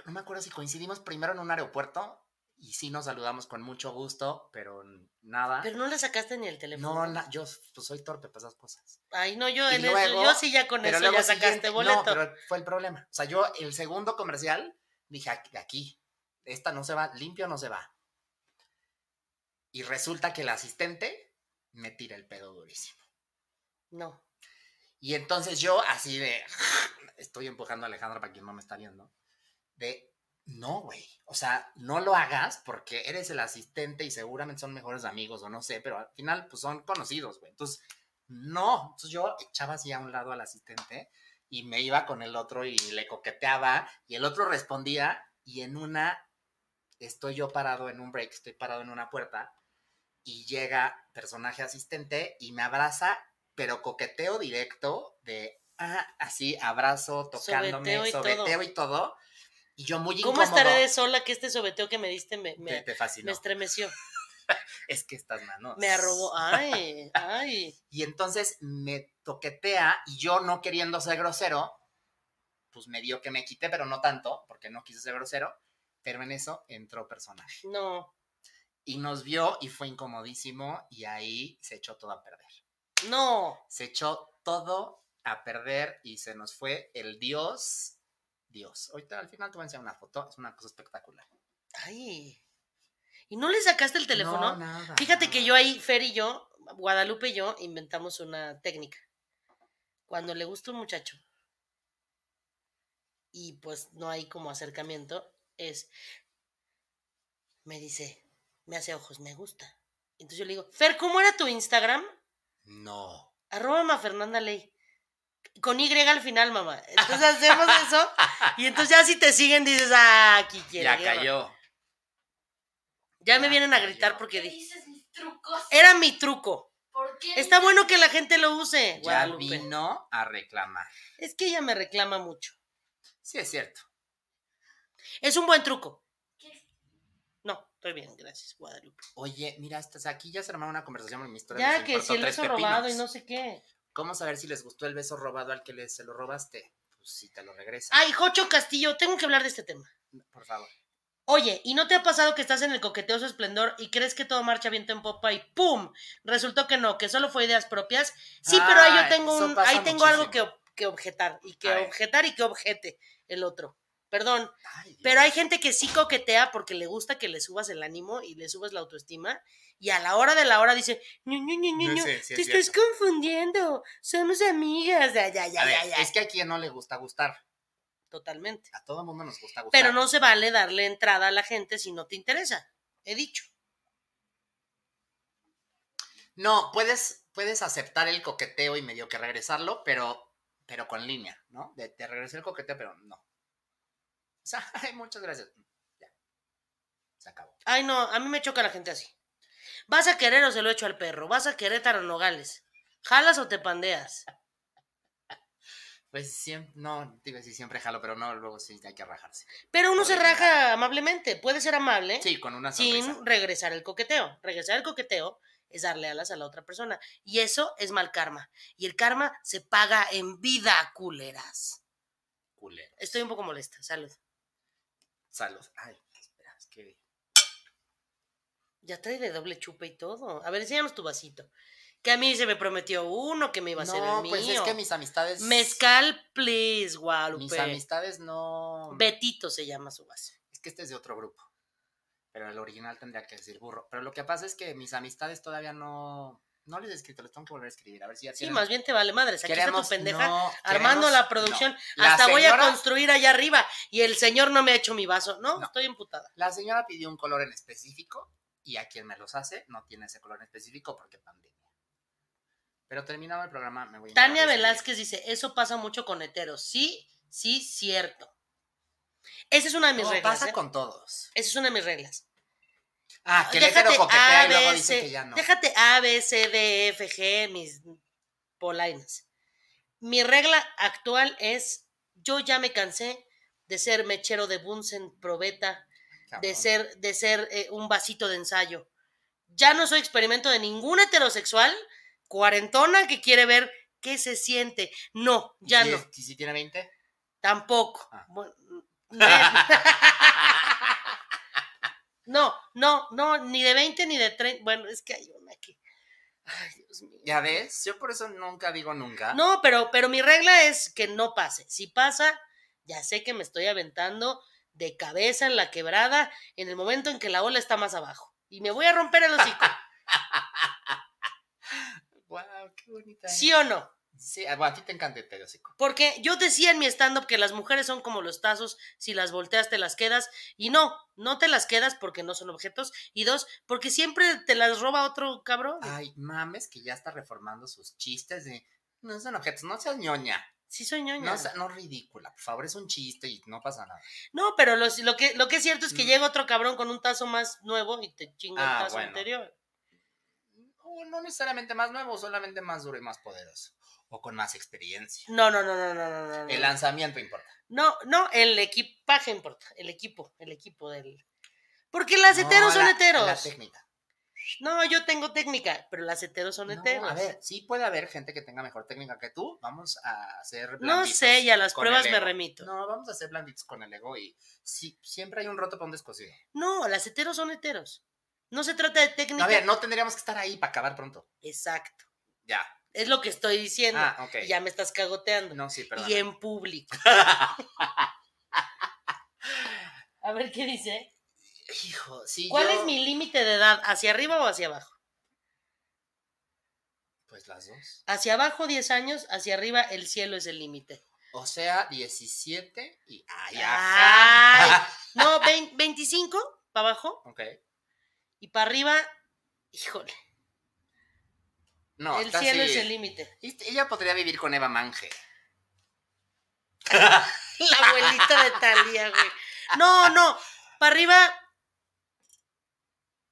C: No me acuerdo si coincidimos primero en un aeropuerto y sí nos saludamos con mucho gusto, pero nada.
A: Pero no le sacaste ni el
C: No,
A: teléfono.
C: na- yo pues, soy torpe para esas cosas.
A: Ay, no, yo,
C: Y
A: en eso-
C: luego-
A: yo sí ya con eso ya sacaste
C: siguiente-
A: boleto.
C: No, pero fue el problema. O sea, yo el segundo comercial dije, "Aquí- aquí, esta no se va, limpio no se va. Y resulta que el asistente me tira el pedo durísimo.
A: No.
C: Y entonces yo así de, "Ah, estoy empujando a Alejandra para quien no me está viendo, de, no, güey, o sea, no lo hagas porque eres el asistente y seguramente son mejores amigos o no sé, pero al final pues son conocidos, güey. Entonces, no, entonces yo echaba así a un lado al asistente y me iba con el otro y le coqueteaba y el otro respondía y en una, estoy yo parado en un break, estoy parado en una puerta y llega personaje asistente y me abraza, pero coqueteo directo de, ah, así, abrazo, tocándome,
A: Sobeteo
C: sobeteo
A: y
C: y
A: todo.
C: todo. Y yo muy
A: ¿Cómo
C: incómodo.
A: estaré de sola que este sobeteo que me diste me, me-
C: Te, te
A: me
C: fascinó.
A: estremeció?
C: Es que estas manos.
A: Me arrobó. Ay, ay.
C: Y entonces me toquetea y yo no queriendo ser grosero, pues me dio que me quité, pero no tanto, porque no quise ser grosero. Pero en eso entró personaje.
A: No.
C: Y nos vio y fue incomodísimo y ahí se echó todo a perder.
A: No.
C: Se echó todo a perder y se nos fue el dios. Dios. Ahorita al final te voy a enseñar una foto, es una cosa espectacular.
A: Ay. ¿Y no le sacaste el teléfono?
C: No, nada,
A: Fíjate que
C: nada.
A: yo ahí, Fer y yo, Guadalupe y yo, inventamos una técnica. Cuando le gusta un muchacho y pues no hay como acercamiento, es, me dice, me hace ojos, me gusta. Entonces yo le digo, Fer, ¿cómo era tu Instagram?
C: No.
A: Arroba ma Fernanda Ley. Con Y al final, mamá. Entonces hacemos eso. Y entonces ya si te siguen dices, ah, aquí quiere.
C: Ya
A: guerra".
C: cayó.
A: Ya me
C: Ya
A: vienen a gritar
C: cayó.
A: porque
D: ¿Qué
A: dije,
D: dices mis trucos?
A: era mi truco.
D: ¿Por qué
A: Está
D: dices-
A: bueno que la gente lo use.
C: Ya
A: Guadalupe.
C: vino a reclamar.
A: Es que ella me reclama mucho.
C: Sí, es cierto.
A: Es un buen truco.
D: ¿Quieres-
A: No, estoy bien, gracias, Guadalupe.
C: Oye, mira, hasta aquí ya se armaron una conversación con mi historia.
A: Ya
C: les
A: que
C: importó
A: si el
C: tres
A: beso robado y
C: pepinos.
A: no sé qué.
C: ¿Cómo saber si les gustó el beso robado al que le- se lo robaste? Pues si te lo regresa,
A: Ay, Jocho Castillo, tengo que hablar de este tema.
C: por favor.
A: Oye, ¿y no te ha pasado que estás en el coqueteoso esplendor y crees que todo marcha viento en popa y ¡pum! Resultó que no, que solo fue ideas propias. Sí, pero ahí yo
C: Ay,
A: tengo
C: Ah, eso
A: un,
C: pasa
A: ahí tengo algo que,
C: muchísimo.
A: ob- que objetar y que
C: A ver.
A: objetar y que objete el otro. Perdón,
C: Ay, Dios.
A: Pero hay gente que sí coquetea porque le gusta que le subas el ánimo y le subas la autoestima. Y a la hora de la hora dice, ñu, ñu, ñu, ñu,
C: No
A: ñu,
C: sé, sí
A: te
C: es
A: estás
C: cierto.
A: confundiendo. Somos amigas. Ya, ya, ya, ya,
C: A ver,
A: ya.
C: es que a quien no le gusta gustar.
A: Totalmente.
C: A todo mundo nos gusta gustar.
A: Pero no se vale darle entrada a la gente si no te interesa. He dicho.
C: No, puedes, puedes aceptar el coqueteo y medio que regresarlo, pero, pero con línea, ¿no? De, te regresé el coqueteo, pero no. O sea, ay, muchas gracias. Ya. Se acabó.
A: Ay, no, a mí me choca la gente así. ¿Vas a querer o se lo echo al perro? ¿Vas a querer o Nogales? ¿Jalas o te pandeas?
C: Pues siempre, no, te iba a decir siempre jalo, pero no, luego sí hay que rajarse.
A: Pero uno se
C: Podría.
A: raja amablemente. Puede ser amable.
C: Sí, con una sonrisa.
A: sin regresar el coqueteo. Regresar el coqueteo es darle alas a la otra persona. Y eso es mal karma. Y el karma se paga en vida, culeras.
C: Culero.
A: Estoy un poco molesta. Salud.
C: Salud. Ay, espera, es que.
A: Ya trae de doble chupe y todo. A ver, enséñanos tu vasito. Que a mí se me prometió uno, que me iba a ser el
C: No, pues es
A: mío.
C: que mis amistades.
A: Mezcal, please,
C: Mis
A: Guadalupe.
C: amistades no.
A: Betito se llama su vaso.
C: Es que este es de otro grupo. Pero el original tendría que decir burro. Pero lo que pasa es que mis amistades todavía no. No les he escrito, les tengo que volver a escribir. A ver si ya
A: Sí,
C: tienen-
A: más bien te vale madres. Aquí está tu
C: queremos-
A: pendeja
C: no,
A: armando
C: queremos-
A: la producción.
C: no. La
A: Hasta voy a
C: señora-
A: construir allá arriba y el señor no me ha hecho mi vaso. No,
C: No.
A: estoy emputada.
C: La señora pidió un color en específico y a quien me los hace no tiene ese color en específico porque pandemia. Pero terminado el programa, me voy a.
A: Tania
C: encargar de escribir.
A: Velázquez dice, eso pasa mucho con heteros. Sí, sí, cierto. Esa es una de mis
C: No,
A: reglas.
C: pasa
A: ¿eh?
C: con todos.
A: Esa es una de mis reglas.
C: Ah, que el
A: Déjate
C: hétero coquetea
A: A,
C: y luego
A: B,
C: dice
A: C,
C: que ya no.
A: Déjate A, B, C, D, E, F, G, mis polainas. Mi regla actual es, yo ya me cansé de ser mechero de Bunsen, probeta, de
C: Cabrón.
A: ser, de ser eh, un vasito de ensayo. Ya no soy experimento de ningún heterosexual cuarentona que quiere ver qué se siente. No,
C: ¿Y
A: ya
C: si
A: no,
C: es- ¿Y si tiene 20?
A: tampoco.
C: Ah.
A: Bu- ne- No, no, no, ni de 20 ni de 30. Bueno, es que hay una que. Ay, Dios mío.
C: Ya ves, yo por eso nunca digo nunca.
A: No, pero, pero mi regla es que no pase. Si pasa, ya sé que me estoy aventando de cabeza en la quebrada en el momento en que la ola está más abajo. Y me voy a romper el hocico.
C: Wow, qué bonita. ¿eh?
A: ¿Sí o no?
C: Sí, ah, bueno, a ti te encanta el pedocico.
A: Porque yo decía en mi stand-up que las mujeres son como los tazos, si las volteas te las quedas, y no, no te las quedas porque no son objetos, y dos, porque siempre te las roba otro cabrón.
C: Ay, mames, que ya está reformando sus chistes de. No son objetos, no seas ñoña.
A: Sí soy ñoña.
C: No, sea- no ridícula, por favor, es un chiste y no pasa nada.
A: No, pero los- lo, que, lo que es cierto es que
C: Mm.
A: llega otro cabrón con un tazo más nuevo y te chinga
C: Ah,
A: el tazo
C: bueno.
A: anterior.
C: O no necesariamente más nuevo, solamente más duro y más poderoso. O con más experiencia.
A: No, no, no, no, no, no, no. no.
C: El lanzamiento importa.
A: No, no, el equipaje importa, el equipo, el equipo del... Porque las
C: No,
A: heteros son
C: la-
A: heteros.
C: La técnica.
A: No, yo tengo técnica, pero las heteros son
C: No,
A: heteros.
C: a ver, sí puede haber gente que tenga mejor técnica que tú. Vamos a hacer.
A: No
C: blanditos
A: sé, y a las
C: con
A: pruebas
C: el
A: me
C: ego.
A: remito. No.
C: No, vamos a hacer blanditos con el ego y sí, siempre hay un roto para un descosido.
A: las heteros son heteros. No se trata de técnica.
C: A ver, no tendríamos que estar ahí para acabar pronto.
A: Exacto.
C: Ya.
A: Es lo que estoy diciendo.
C: Ah, ok.
A: Y Ya me estás cagoteando.
C: No, sí, perdón.
A: y en público. a ver qué dice.
C: Hijo, sí.
A: ¿Cuál
C: yo-
A: es mi límite de edad? ¿Hacia arriba o hacia abajo?
C: Pues las dos.
A: Hacia abajo 10 años, hacia arriba el cielo es el límite.
C: O sea, 17 y. ¡Ay,
A: Ay.
C: ajá.
A: No, vein- 25 para abajo
C: Ok.
A: y para arriba, híjole,
C: No,
A: el
C: está
A: cielo
C: así.
A: es el límite.
C: Y- Ella podría vivir con Eva Mange.
A: La abuelita de Talía, güey. No, no, para arriba.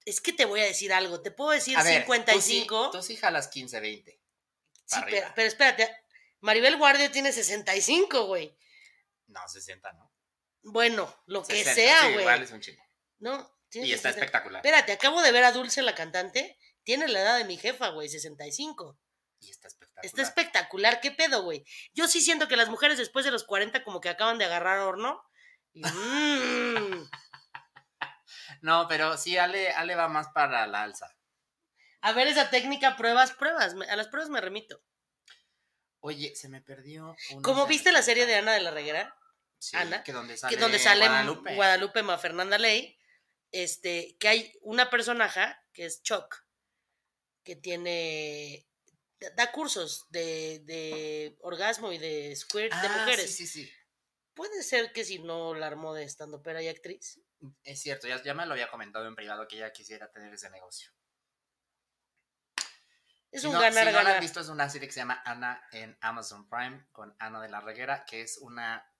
A: Es que te voy a decir algo, te puedo decir
C: A ver, Tú
A: 55.
C: sí, tú sí jalas 15, 20.
A: sí,
C: para
A: pero,
C: arriba.
A: pero espérate, Maribel Guardia tiene 65, güey.
C: No, 60, ¿no?
A: Bueno, lo que
C: 60,
A: sea,
C: sí,
A: güey.
C: Igual es un chingo.
A: No, tiene
C: Y está
A: 60.
C: espectacular.
A: Espérate, acabo de ver a Dulce, la cantante. Tiene la edad de mi jefa, güey, 65.
C: Y está espectacular.
A: Está espectacular, qué pedo, güey. Yo sí siento que las mujeres después de los 40 como que acaban de agarrar horno. Y, mm.
C: No, pero sí, Ale, Ale va más para la alza.
A: A ver esa técnica, pruebas, pruebas. me- A las pruebas me remito.
C: Oye, se me perdió. una, se
A: Como
C: me
A: viste la serie de
C: perdió.
A: Ana de la Reguera,
C: Sí,
A: Ana,
C: que donde sale,
A: que donde sale
C: Guadalupe.
A: Guadalupe, Ma Fernanda Ley, este, que hay una personaje que es Choc, que tiene da- da cursos de, de orgasmo y de squirt de
C: Ah,
A: mujeres.
C: Sí, sí, sí.
A: Puede ser que si no la armó de estando pera y actriz.
C: Es cierto, ya, ya me lo había comentado en privado que ella quisiera tener ese negocio.
A: Es
C: Si
A: un
C: no-
A: ganar
C: Si no la
A: ganar.
C: han visto, es una serie que se llama Ana en Amazon Prime con Ana de la Reguera, que es una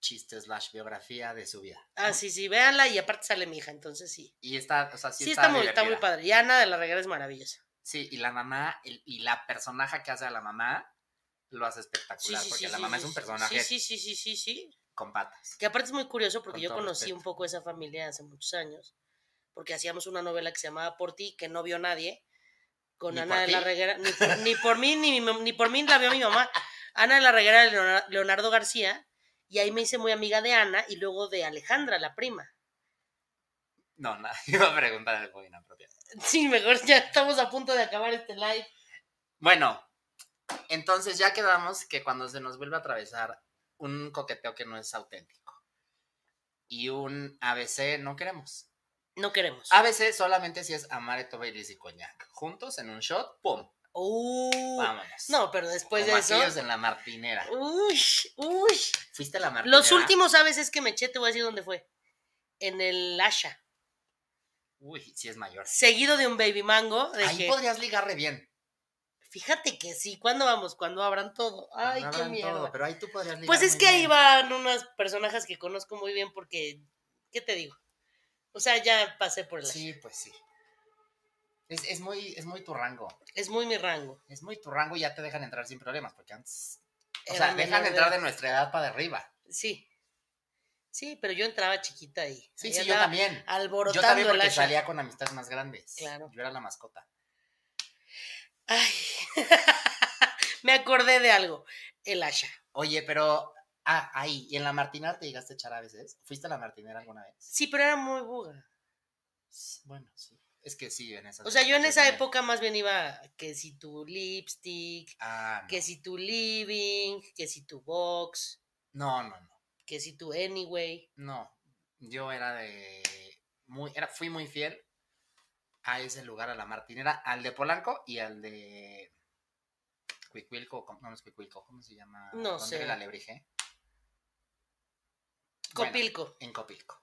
C: chiste slash biografía de su vida.
A: Ah,
C: ¿no?
A: sí, sí, véanla y aparte sale mi hija, entonces sí.
C: Y está, o sea, sí,
A: Sí,
C: está,
A: está, muy, está muy
C: divertida.
A: padre. Y Ana de la Reguera es maravillosa.
C: Sí, y la mamá, el- y la personaje que hace a la mamá, lo hace
A: Sí,
C: espectacular,
A: sí,
C: porque
A: sí,
C: la
A: sí,
C: mamá
A: sí,
C: es un
A: sí,
C: personaje
A: Sí, sí, sí, sí, sí, sí.
C: con patas.
A: Que aparte es muy curioso porque
C: Con
A: yo
C: todo
A: conocí
C: respeto.
A: un poco esa familia hace muchos años, porque hacíamos una novela que se llamaba Por ti, que no vio nadie, con
C: Ni
A: Ana
C: por
A: de la
C: ti.
A: Reguera, ni por, ni por mí, ni, mi mam- ni por mí la vio mi mamá, Ana de la Reguera de Leona- Leonardo García, y ahí me hice muy amiga de Ana y luego de Alejandra, la prima.
C: No, nada, iba a preguntar algo inapropiado.
A: Sí, mejor ya estamos a punto de acabar este live.
C: Bueno, entonces ya quedamos que cuando se nos vuelve a atravesar un coqueteo que no es auténtico y un ABC no queremos.
A: No queremos.
C: ABC solamente si es amaretto, baileys y coñac. Juntos en un shot, pum,
A: Uh,
C: vámonos.
A: No, pero después
C: Como
A: de eso.
C: aquellos en la martinera.
A: Uy, uy.
C: ¿Fuiste a la martinera?
A: Los últimos a veces que me eché, te voy a decir dónde fue. En el Asha.
C: Uy, sí es mayor.
A: Seguido de un baby mango. De
C: Ahí
A: que,
C: podrías ligar re bien.
A: Fíjate que sí. ¿Cuándo vamos? Cuando abran todo. Ay,
C: No
A: qué
C: habrán
A: mierda.
C: todo, pero ahí tú podrías ligar
A: pues es
C: muy
A: que ahí
C: bien.
A: van unas personajes que conozco muy bien porque. ¿Qué te digo? O sea, ya pasé por el...
C: Sí, pues sí. Es, es muy, es muy tu rango.
A: Es muy mi rango.
C: Es muy tu rango y ya te dejan entrar sin problemas, porque antes. O
A: Era
C: sea,
A: menor
C: dejan
A: de
C: entrar
A: edad.
C: de nuestra edad para arriba.
A: Sí. Sí, pero yo entraba chiquita y...
C: Sí, sí, yo también.
A: Alborotando
C: Yo también
A: el
C: porque
A: Asha.
C: salía con amistades más grandes.
A: Claro.
C: Yo era la mascota.
A: Ay. Me acordé de algo. El Asha.
C: Oye, pero. Ah, ahí. ¿Y en la martinera te llegaste a echar a veces? ¿Fuiste a la martinera alguna vez?
A: Sí, pero era muy buga.
C: S- Bueno, sí. Es que sí, en esa
A: O sea, yo en esa época más bien iba que si tu lipstick,
C: Ah, no.
A: que si tu living, que si tu box,
C: no, no, no.
A: que si tu anyway.
C: No. Yo era de. Muy, era, fui muy fiel a ese lugar, a la martinera, al de Polanco y al de. Cuicuilco, ¿cómo- no, no es Cuicuilco, ¿cómo se llama?
A: No
C: ¿Dónde
A: sé.
C: era La Lebrige.
A: Copilco.
C: en Copilco.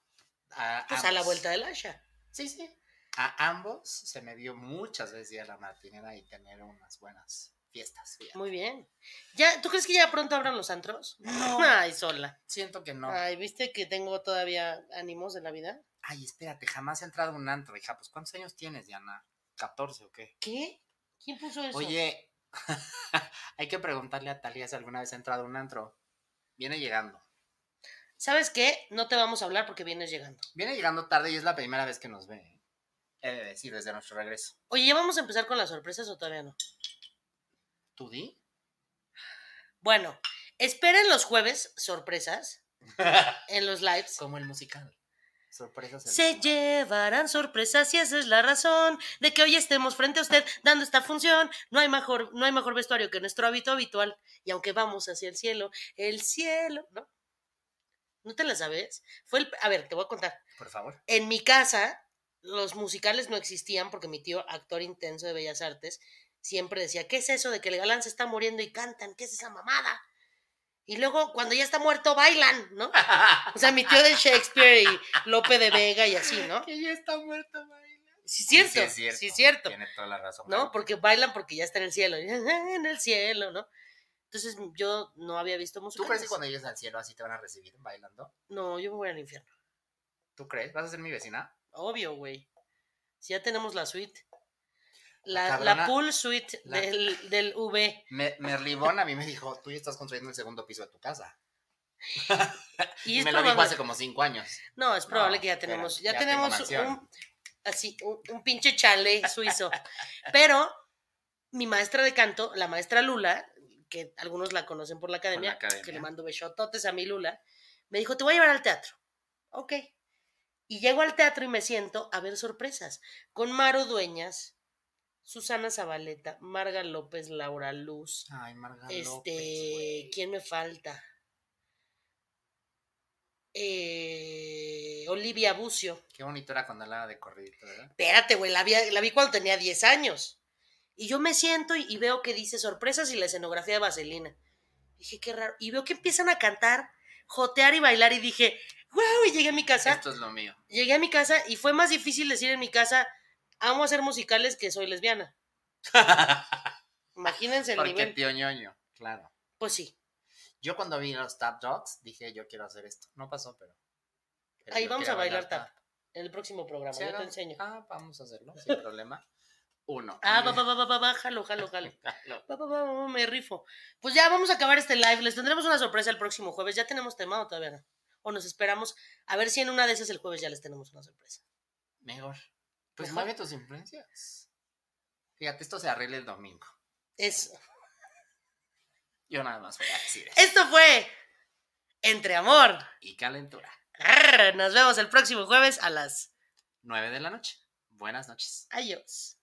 C: A
A: pues a la
C: ambos.
A: vuelta del Asha.
C: Sí, sí. A ambos se me dio muchas veces ir a la martinera y tener unas buenas fiestas. fíjate.
A: Muy bien. ¿Ya, ¿Tú crees que ya pronto abran los antros?
C: No.
A: Ay, sola.
C: Siento que no.
A: Ay, ¿viste que tengo todavía ánimos de la vida?
C: Ay, espérate, jamás he entrado a un antro, hija. Pues, ¿cuántos años tienes, Diana? ¿14 o qué?
A: ¿Qué? ¿Quién puso eso?
C: Oye, hay que preguntarle a Talía si alguna vez ha entrado a un antro. Viene llegando.
A: ¿Sabes qué? No te vamos a hablar porque vienes llegando.
C: Viene llegando tarde y es la primera vez que nos ve. ¿eh? He de decir, desde nuestro regreso.
A: Oye, ¿ya vamos a empezar con las sorpresas o todavía no?
C: ¿Tú di?
A: Bueno, esperen los jueves sorpresas en los lives.
C: Como el musical. Sorpresas. en este
A: Se
C: el-
A: llevarán sorpresas y esa es la razón de que hoy estemos frente a usted dando esta función. No hay mejor, no hay mejor vestuario que nuestro hábito habitual. Y aunque vamos hacia el cielo, el cielo, ¿no? ¿No te la sabes? Fue el, a ver, te voy a contar.
C: Por favor.
A: En mi casa, los musicales no existían porque mi tío, actor intenso de Bellas Artes, siempre decía, ¿qué es eso de que el galán se está muriendo y cantan? ¿Qué es esa mamada? Y luego, cuando ya está muerto, bailan, ¿no? O sea, mi tío de Shakespeare y Lope de Vega y así, ¿no?
C: Que ya está muerta, María.
A: Sí, es cierto. Sí, es cierto.
C: Tiene toda la razón.
A: ¿No? Porque bailan porque ya está en el cielo. "Ah, En el cielo, ¿no? Entonces yo no había visto
C: ¿Tú
A: musicales.
C: crees que cuando llegues al cielo así te van a recibir bailando?
A: No, yo me voy al infierno.
C: ¿Tú crees? ¿Vas a ser mi vecina?
A: Obvio, güey. Si ya tenemos la suite. La,
C: Cabrona,
A: la pool suite
C: la-
A: del, del V.
C: Me- Merlibón a mí me dijo, tú ya estás construyendo el segundo piso de tu casa.
A: Y,
C: Y,
A: es
C: me lo dijo
A: probable-
C: hace como cinco años.
A: No, es probable
C: No,
A: que ya
C: espera,
A: tenemos, ya,
C: ya tengo
A: tenemos
C: mansión.
A: un, así, un, un pinche chale suizo. Pero mi maestra de canto, la maestra Lula, que algunos la conocen por la academia, que le
C: academia.
A: mando besototes a mi Lula, me dijo, te voy a llevar al teatro. Ok. Y llego al teatro y me siento a ver sorpresas con Maro Dueñas, Susana Zabaleta, Marga López, Laura Luz,
C: Ay, Marga
A: este,
C: López, Ah, pues, güey.
A: ¿quién me falta? Eh, Olivia Bucio.
C: Qué bonito era cuando hablaba de corridito, ¿verdad?
A: Espérate, güey, la vi, la vi cuando tenía 10 años. Y yo me siento y, y veo que dice sorpresas y la escenografía de Vaselina. Dije, qué raro. Y veo que empiezan a cantar, jotear y bailar. Y dije, wow, y llegué a mi casa.
C: Esto es lo mío.
A: Llegué a mi casa y fue más difícil decir en mi casa, amo hacer musicales que soy lesbiana. Imagínense el
C: Porque
A: nivel.
C: tío ñoño, claro.
A: Pues sí.
C: Yo cuando vi los Tap Dogs dije, yo quiero hacer esto. No pasó, pero. pero
A: Ahí
C: yo
A: vamos
C: quería
A: a bailar
C: tap.
A: tap. En el próximo programa,
C: Sí,
A: yo te
C: hagamos-
A: enseño.
C: Ah, vamos a hacerlo, sin problema. Uno.
A: Ah,
C: Y-
A: va, va, va, va, va, va, jalo, jalo, jalo.
C: Lo-
A: Va, va, va, va, va, me rifo. Pues ya vamos a acabar este live. Les tendremos una sorpresa el próximo jueves. ¿Ya tenemos tema o todavía no? O nos esperamos a ver si en una de esas el jueves ya les tenemos una sorpresa.
C: Mejor. Pues
A: Mejor.
C: mueve tus influencias. Fíjate, esto se arregla el domingo.
A: Eso.
C: Yo nada más voy a decir eso.
A: Esto fue Entre Amor.
C: Y calentura.
A: Arr, nos vemos el próximo jueves a las...
C: 9 de la noche. Buenas noches.
A: Adiós.